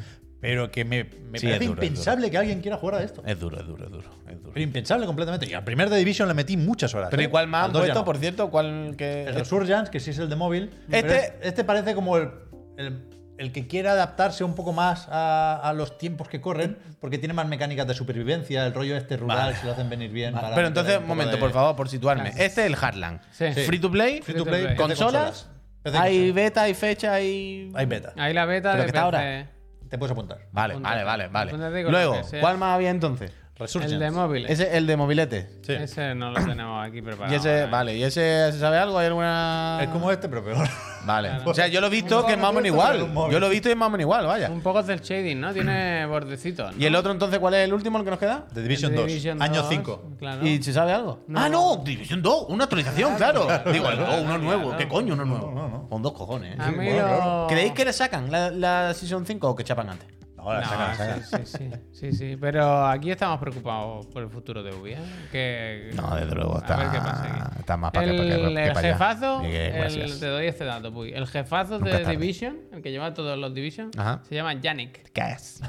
C: Pero que me, me
B: Sí,
C: parece
B: es duro, es
C: impensable que alguien quiera jugar a esto.
B: Es duro, es duro, es duro. Es duro.
C: Pero impensable completamente. Y al primer de Division le metí muchas horas.
B: Pero
C: ¿eh?
B: igual más
C: Al
B: han
C: dos ya
B: puesto,
C: no.
B: por cierto, cuál que.
C: El Resurgence, que sí es el de móvil.
B: Este-
C: pero es- este parece como el, el- el que quiera adaptarse un poco más a, a los tiempos que corren, porque tiene más mecánicas de supervivencia, el rollo este rural,
B: Mm. Vale.
C: se lo hacen venir bien.
B: Vale,
C: para
B: Pero
C: meter
B: entonces,
C: un
B: un
C: poco
B: momento,
C: de-
B: por favor, por situarme.
A: Claro.
B: Este es el Hardland.
A: Sí.
B: Free to play,
A: Free to play,
C: PC
B: consolas.
C: PC
B: Hay
C: consolas.
B: beta, hay fecha, hay.
C: Hay beta.
A: Ahí la beta
B: Pero
A: de
B: que está ahora.
A: PC.
C: Te puedes apuntar.
B: Vale,
A: Apúntate.
B: vale, vale,
A: Apúntate
B: vale.
A: con
B: Luego,
A: lo que sea.
B: ¿cuál más había entonces?
C: Resurgence.
A: El de móviles.
B: Ese, el de mobilete.
C: Sí. Es,
A: Ese no lo tenemos aquí preparado. ¿eh?
B: y ese,
A: ahora.
B: vale, ¿y ese se sabe algo? ¿Hay alguna.?
C: como este, pero peor.
B: Vale.
A: Claro.
B: O sea, yo lo he visto
C: Un
B: que es más o menos
C: móvil, pero
B: igual.
C: un móvil.
B: Yo lo he visto y es más o menos igual, vaya.
A: Un poco del shading, ¿no? Tiene bordecitos. ¿no?
B: ¿Y el otro entonces cuál es el último el que nos queda?
C: The Division
A: El
C: 2,
A: Division
C: año
A: 2,
C: 5.
A: Claro.
B: ¿Y se sabe algo?
A: No.
B: Ah, no, Division 2, una actualización, claro. Digo, el 2, uno nuevo.
A: claro.
B: ¿Qué coño, uno nuevo?
C: no, no.
B: Con dos cojones.
A: A
B: ¿eh?
A: mí
C: bueno,
A: lo-
C: claro.
B: ¿Creéis que le sacan la, la Season 5 o que chapan antes?
C: Ahora,
A: No,
C: saca, la
B: Eh.
C: saca.
A: sí, sí, sí, sí, sí. Pero aquí estamos preocupados por el futuro de Ubi, ¿eh? Que,
B: No, desde luego,
A: A ver
B: está-
A: qué pasa aquí.
B: está más pa' que-
A: el,
B: pa' que- pa' que
A: el
B: pa' allá.
A: jefazo,
B: Miguel,
A: el-
B: gracias.
A: te doy este dato, Puy. El jefazo
B: Nunca
A: de
B: es tarde.
A: Division, el que lleva todos los Division,
B: Ajá.
A: se llama Yannick.
B: ¿Qué es?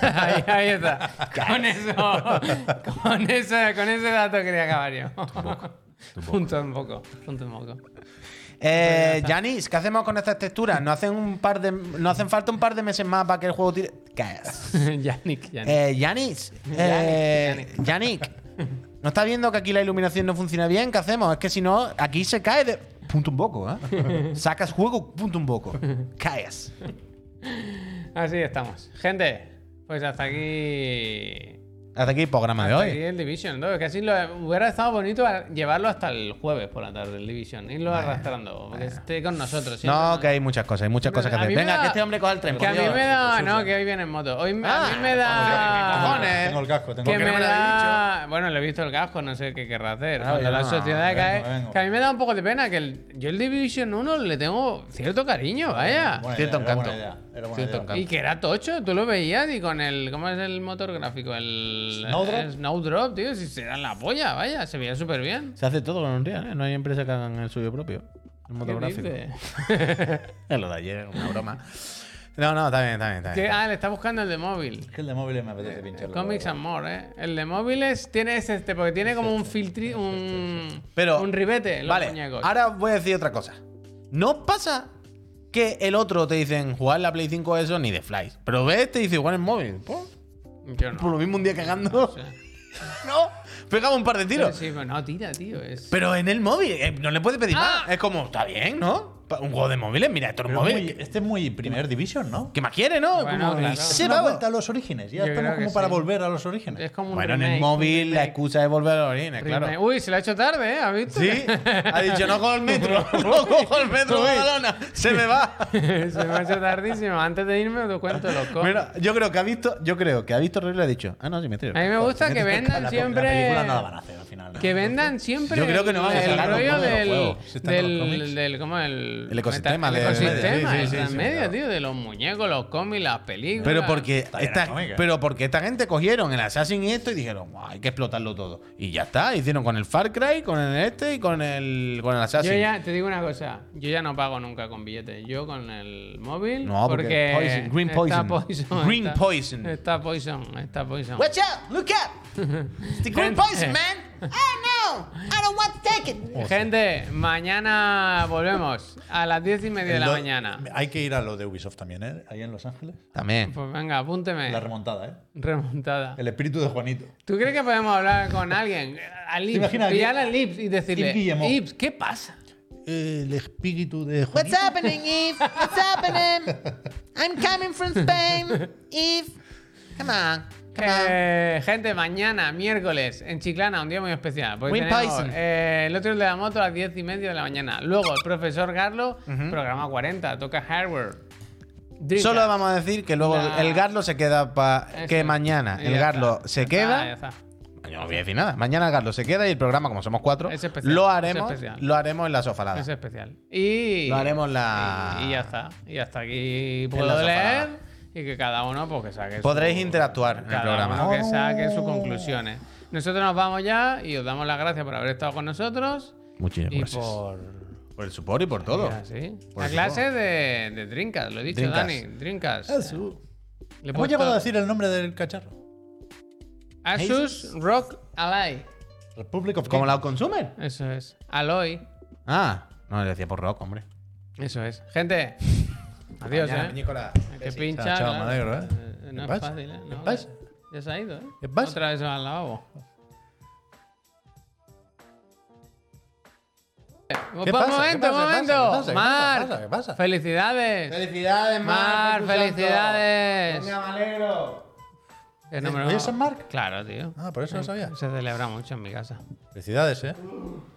A: ahí, ahí está. Con eso, con ese, con ese dato quería acabar yo. Punto en poco, punto en poco.
B: Eh, Janis, ¿qué hacemos con estas texturas? ¿No hacen, un par de, ¿No hacen falta un par de meses más para que el juego tire...? ¿Qué es?
A: Yannick, Yannick.
B: Eh, Yanis, eh, Yannick, ¿no estás viendo que aquí la iluminación no funciona bien? ¿Qué hacemos? Es que si no, aquí se cae de. Punto un poco, ¿eh? Sacas juego, punto un poco. Caes. Eh.
A: Así estamos. Gente, pues hasta aquí.
B: Hasta aquí el programa de
A: Hasta aquí
B: hoy.
A: el Division, ¿no? Que así lo, hubiera estado bonito a- llevarlo hasta el jueves por la tarde, el Division. Irlo arrastrando, porque esté con nosotros. siempre.
B: No, que hay muchas cosas, hay muchas cosas que
A: A mí
B: hacer.
A: me
B: Venga,
A: da-
B: que este hombre coja el tren.
A: Que a
B: por
A: mí
B: Dios.
A: me da. No, que hoy viene en moto. Hoy me- a
B: Ah,
A: mí me da.
B: vamos, ¿qué cojones?
C: Tengo el casco, tengo
A: Que
C: el
A: me,
B: me lo Ah,
A: da... Bueno, le he visto el casco, no sé qué querrá hacer.
B: Claro,
A: Cuando
B: yo
A: la
B: no,
A: sociedad
C: vengo,
A: cae.
C: vengo.
A: Que a mí me da un poco de pena que el- yo el Division 1 le tengo cierto cariño, vaya.
C: Buena
B: Cierto
C: idea, era
B: encanto.
C: buena idea, era buena
B: Cierto
C: idea.
B: encanto.
A: Y que era tocho, tú lo veías y con el. ¿Cómo es el motor gráfico? El.
C: Snowdrop.
A: el Snowdrop, tío. Si se dan la polla, vaya, se veía súper bien.
B: Se hace todo con Unreal, ¿eh? No hay empresa que hagan el suyo propio. El
A: ¿Qué
B: motor gráfico.
A: dice?
B: Es lo de ayer, una broma. No, no, está bien, está bien, está
A: Que-
B: bien.
A: ah, le está buscando el de móvil.
C: Es que el de móviles me apetece pincharlo.
A: Comics
C: la
A: and
C: verdad.
A: More, ¿eh? El de móviles tiene ese, este, porque tiene como un filtri. Un,
B: Pero-
A: un ribete en los
B: Vale,
A: muñecos.
B: ahora os voy a decir otra cosa. No pasa que el otro te dicen jugar la Play 5 eso ni de flies. Pero ves, te dice jugar en móvil. Po,
A: Yo no.
B: Por lo mismo un día cagando.
A: sé.
B: No, pegaba un par de
A: Pero
B: tiros.
A: sí, pero no tira, tío. Es...
B: Pero en el móvil, eh, no le puedes pedir
A: Ah.
B: más. Es como, está bien, ¿no? Pa- Un juego de móviles, mira, esto es un
C: Pero es
B: móvil.
C: muy- este es muy primer division, ¿no?
B: ¿Qué más quiere, no?
A: Bueno,
B: Como,
A: claro.
B: se
C: Se
B: va.
C: da vuelta a los orígenes. Ya
A: Yo
C: estamos
A: creo que
C: como para
A: sí.
C: volver a los orígenes.
A: es como un
B: Bueno, en el
A: remake,
B: móvil
A: un
B: la
A: remake,
B: excusa es volver a los orígenes,
A: remake.
B: claro.
A: Uy, se lo ha hecho tarde, ¿eh? ¿Has visto?
B: Sí, ha dicho, no cojo el metro, no cojo el metro,
A: Uy.
B: Badalona, se me va.
A: se me ha hecho tardísimo. Antes de irme, te cuento los cómics.
B: Mira, yo creo que ha visto, yo creo que ha visto Rory y le ha dicho, ah, no, sí me tiro.
A: A mí me gusta que
C: La-
A: vendan
C: la
A: siempre.
C: película no la van a hacer al final.
A: Que vendan siempre.
B: Yo creo que no van a
A: el
B: sacar los
A: rollo
B: juegos de los
A: del,
B: juegos.
C: Si están
A: del,
C: los cómics.
A: del- ¿cómo el,
B: El ecosistema
A: meta-
B: de-
A: el ecosistema,
B: de- sí,
A: el
B: sí, sí,
A: transmedia,
B: claro.
A: tío, de los muñecos, los cómics, las películas.
B: Pero porque,
C: Está bien,
B: esta,
C: la cómica.
B: pero porque esta gente cogieron el Assassin y esto y dijeron, "Buah, hay que explotarlo todo. Y ya está, hicieron con el Far Cry, con el este y con el, con el Assassin.
A: Yo ya te digo una cosa, yo ya no pago nunca con billetes, yo con el móvil.
B: No, porque Poison, Green
A: está
B: Poison.
A: Poison,
B: Green
A: está-
B: Poison.
A: Está Poison, está Poison.
D: Watch out! Look out! It's the green poison, man! Oh no! I don't want to take it!
A: Gente, mañana volvemos a las diez y media de la
C: Lo-
A: mañana.
C: Hay que ir a lo de Ubisoft también, ¿eh? Ahí en Los Ángeles.
B: También.
A: Pues venga, apúnteme.
C: La remontada, ¿eh?
A: Remontada.
C: El espíritu de Juanito.
A: ¿Tú crees que podemos hablar con alguien? Al Ips,
C: imaginas que-
A: pillar al Ips y decirle,
C: Ips Guillemot.
A: Ips, ¿qué pasa?
C: El espíritu de
D: What's happening, Eve? What's happening? I'm coming from Spain, Eve. Come on, come on.
A: Eh, gente, mañana, miércoles, en Chiclana, un día muy especial. porque
B: Green
A: tenemos,
B: Poison.
A: eh, el otro de la moto a las 10 y media de la mañana. Luego, el profesor Garlo, programa 40, toca hardware. Dreamcast.
B: Solo vamos a decir que luego
A: La-
B: el Garlo se queda para
A: Eso.
B: que mañana
A: Y
B: el
A: ya
B: Garlo
A: está.
B: se
A: Ya
B: queda.
A: está, ya está.
B: Yo no voy a decir nada. Mañana el Garlo se queda y el programa, como somos cuatro,
A: Es especial,
B: lo
A: es
B: haremos,
A: especial.
B: lo haremos en la sofalada.
A: Es especial. Y.
B: Ah. Lo haremos la-
A: Y, y ya está. Y hasta aquí
B: la
A: puedo
B: sofalada.
A: leer. Y que cada uno, pues que saque. su-
B: Podréis interactuar en el
A: cada
B: programa.
A: uno que saque sus conclusiones. Nosotros nos vamos ya y os damos las gracias por haber estado con nosotros.
B: Muchísimas
A: y
B: gracias.
A: por.
B: Por el support y por todo.
A: Ya, sí.
B: Pues Por
A: La
B: supuesto.
A: clase de, de Drinkas, lo he dicho,
B: Dreamcast.
A: Dani. Drinkas.
C: Jesús.
A: Le he
C: ¿Hemos
A: puesto
C: llegado a decir el nombre del cacharro?
A: Asus Rock Ally.
C: Republic of
B: Como la consumer.
A: Eso es. Aloy.
B: Ah, no, le decía por rock, hombre.
A: Eso es. Gente. Adiós,
B: Mañana,
A: eh.
B: Nicolás.
A: Hay que pinchar.
C: Chao, chao,
A: claro.
C: me alegro, eh.
A: Eh,
C: ¿Qué
A: No es
C: pasa?
A: fácil, eh.
C: ¿Qué
A: No,
C: pasa?
A: Ya se ha ido, eh.
C: ¿Qué pasa?
A: Otra vez al lavabo. Un
C: ¿Qué pasa? ¿Qué
A: Pues, momento,
C: pasa?
A: un
C: ¿Qué pasa?
A: momento.
C: ¿Qué pasa? ¿Qué
A: Mar,
C: pasa? ¿Qué pasa?
A: felicidades.
B: Felicidades,
A: Mar, felicidades.
B: Me alegro.
A: Que no me lo-
C: ¿Hoy es San Marc?
A: Claro, tío.
C: Ah, por eso lo sabía.
A: Se celebra mucho en mi casa.
C: Felicidades, eh.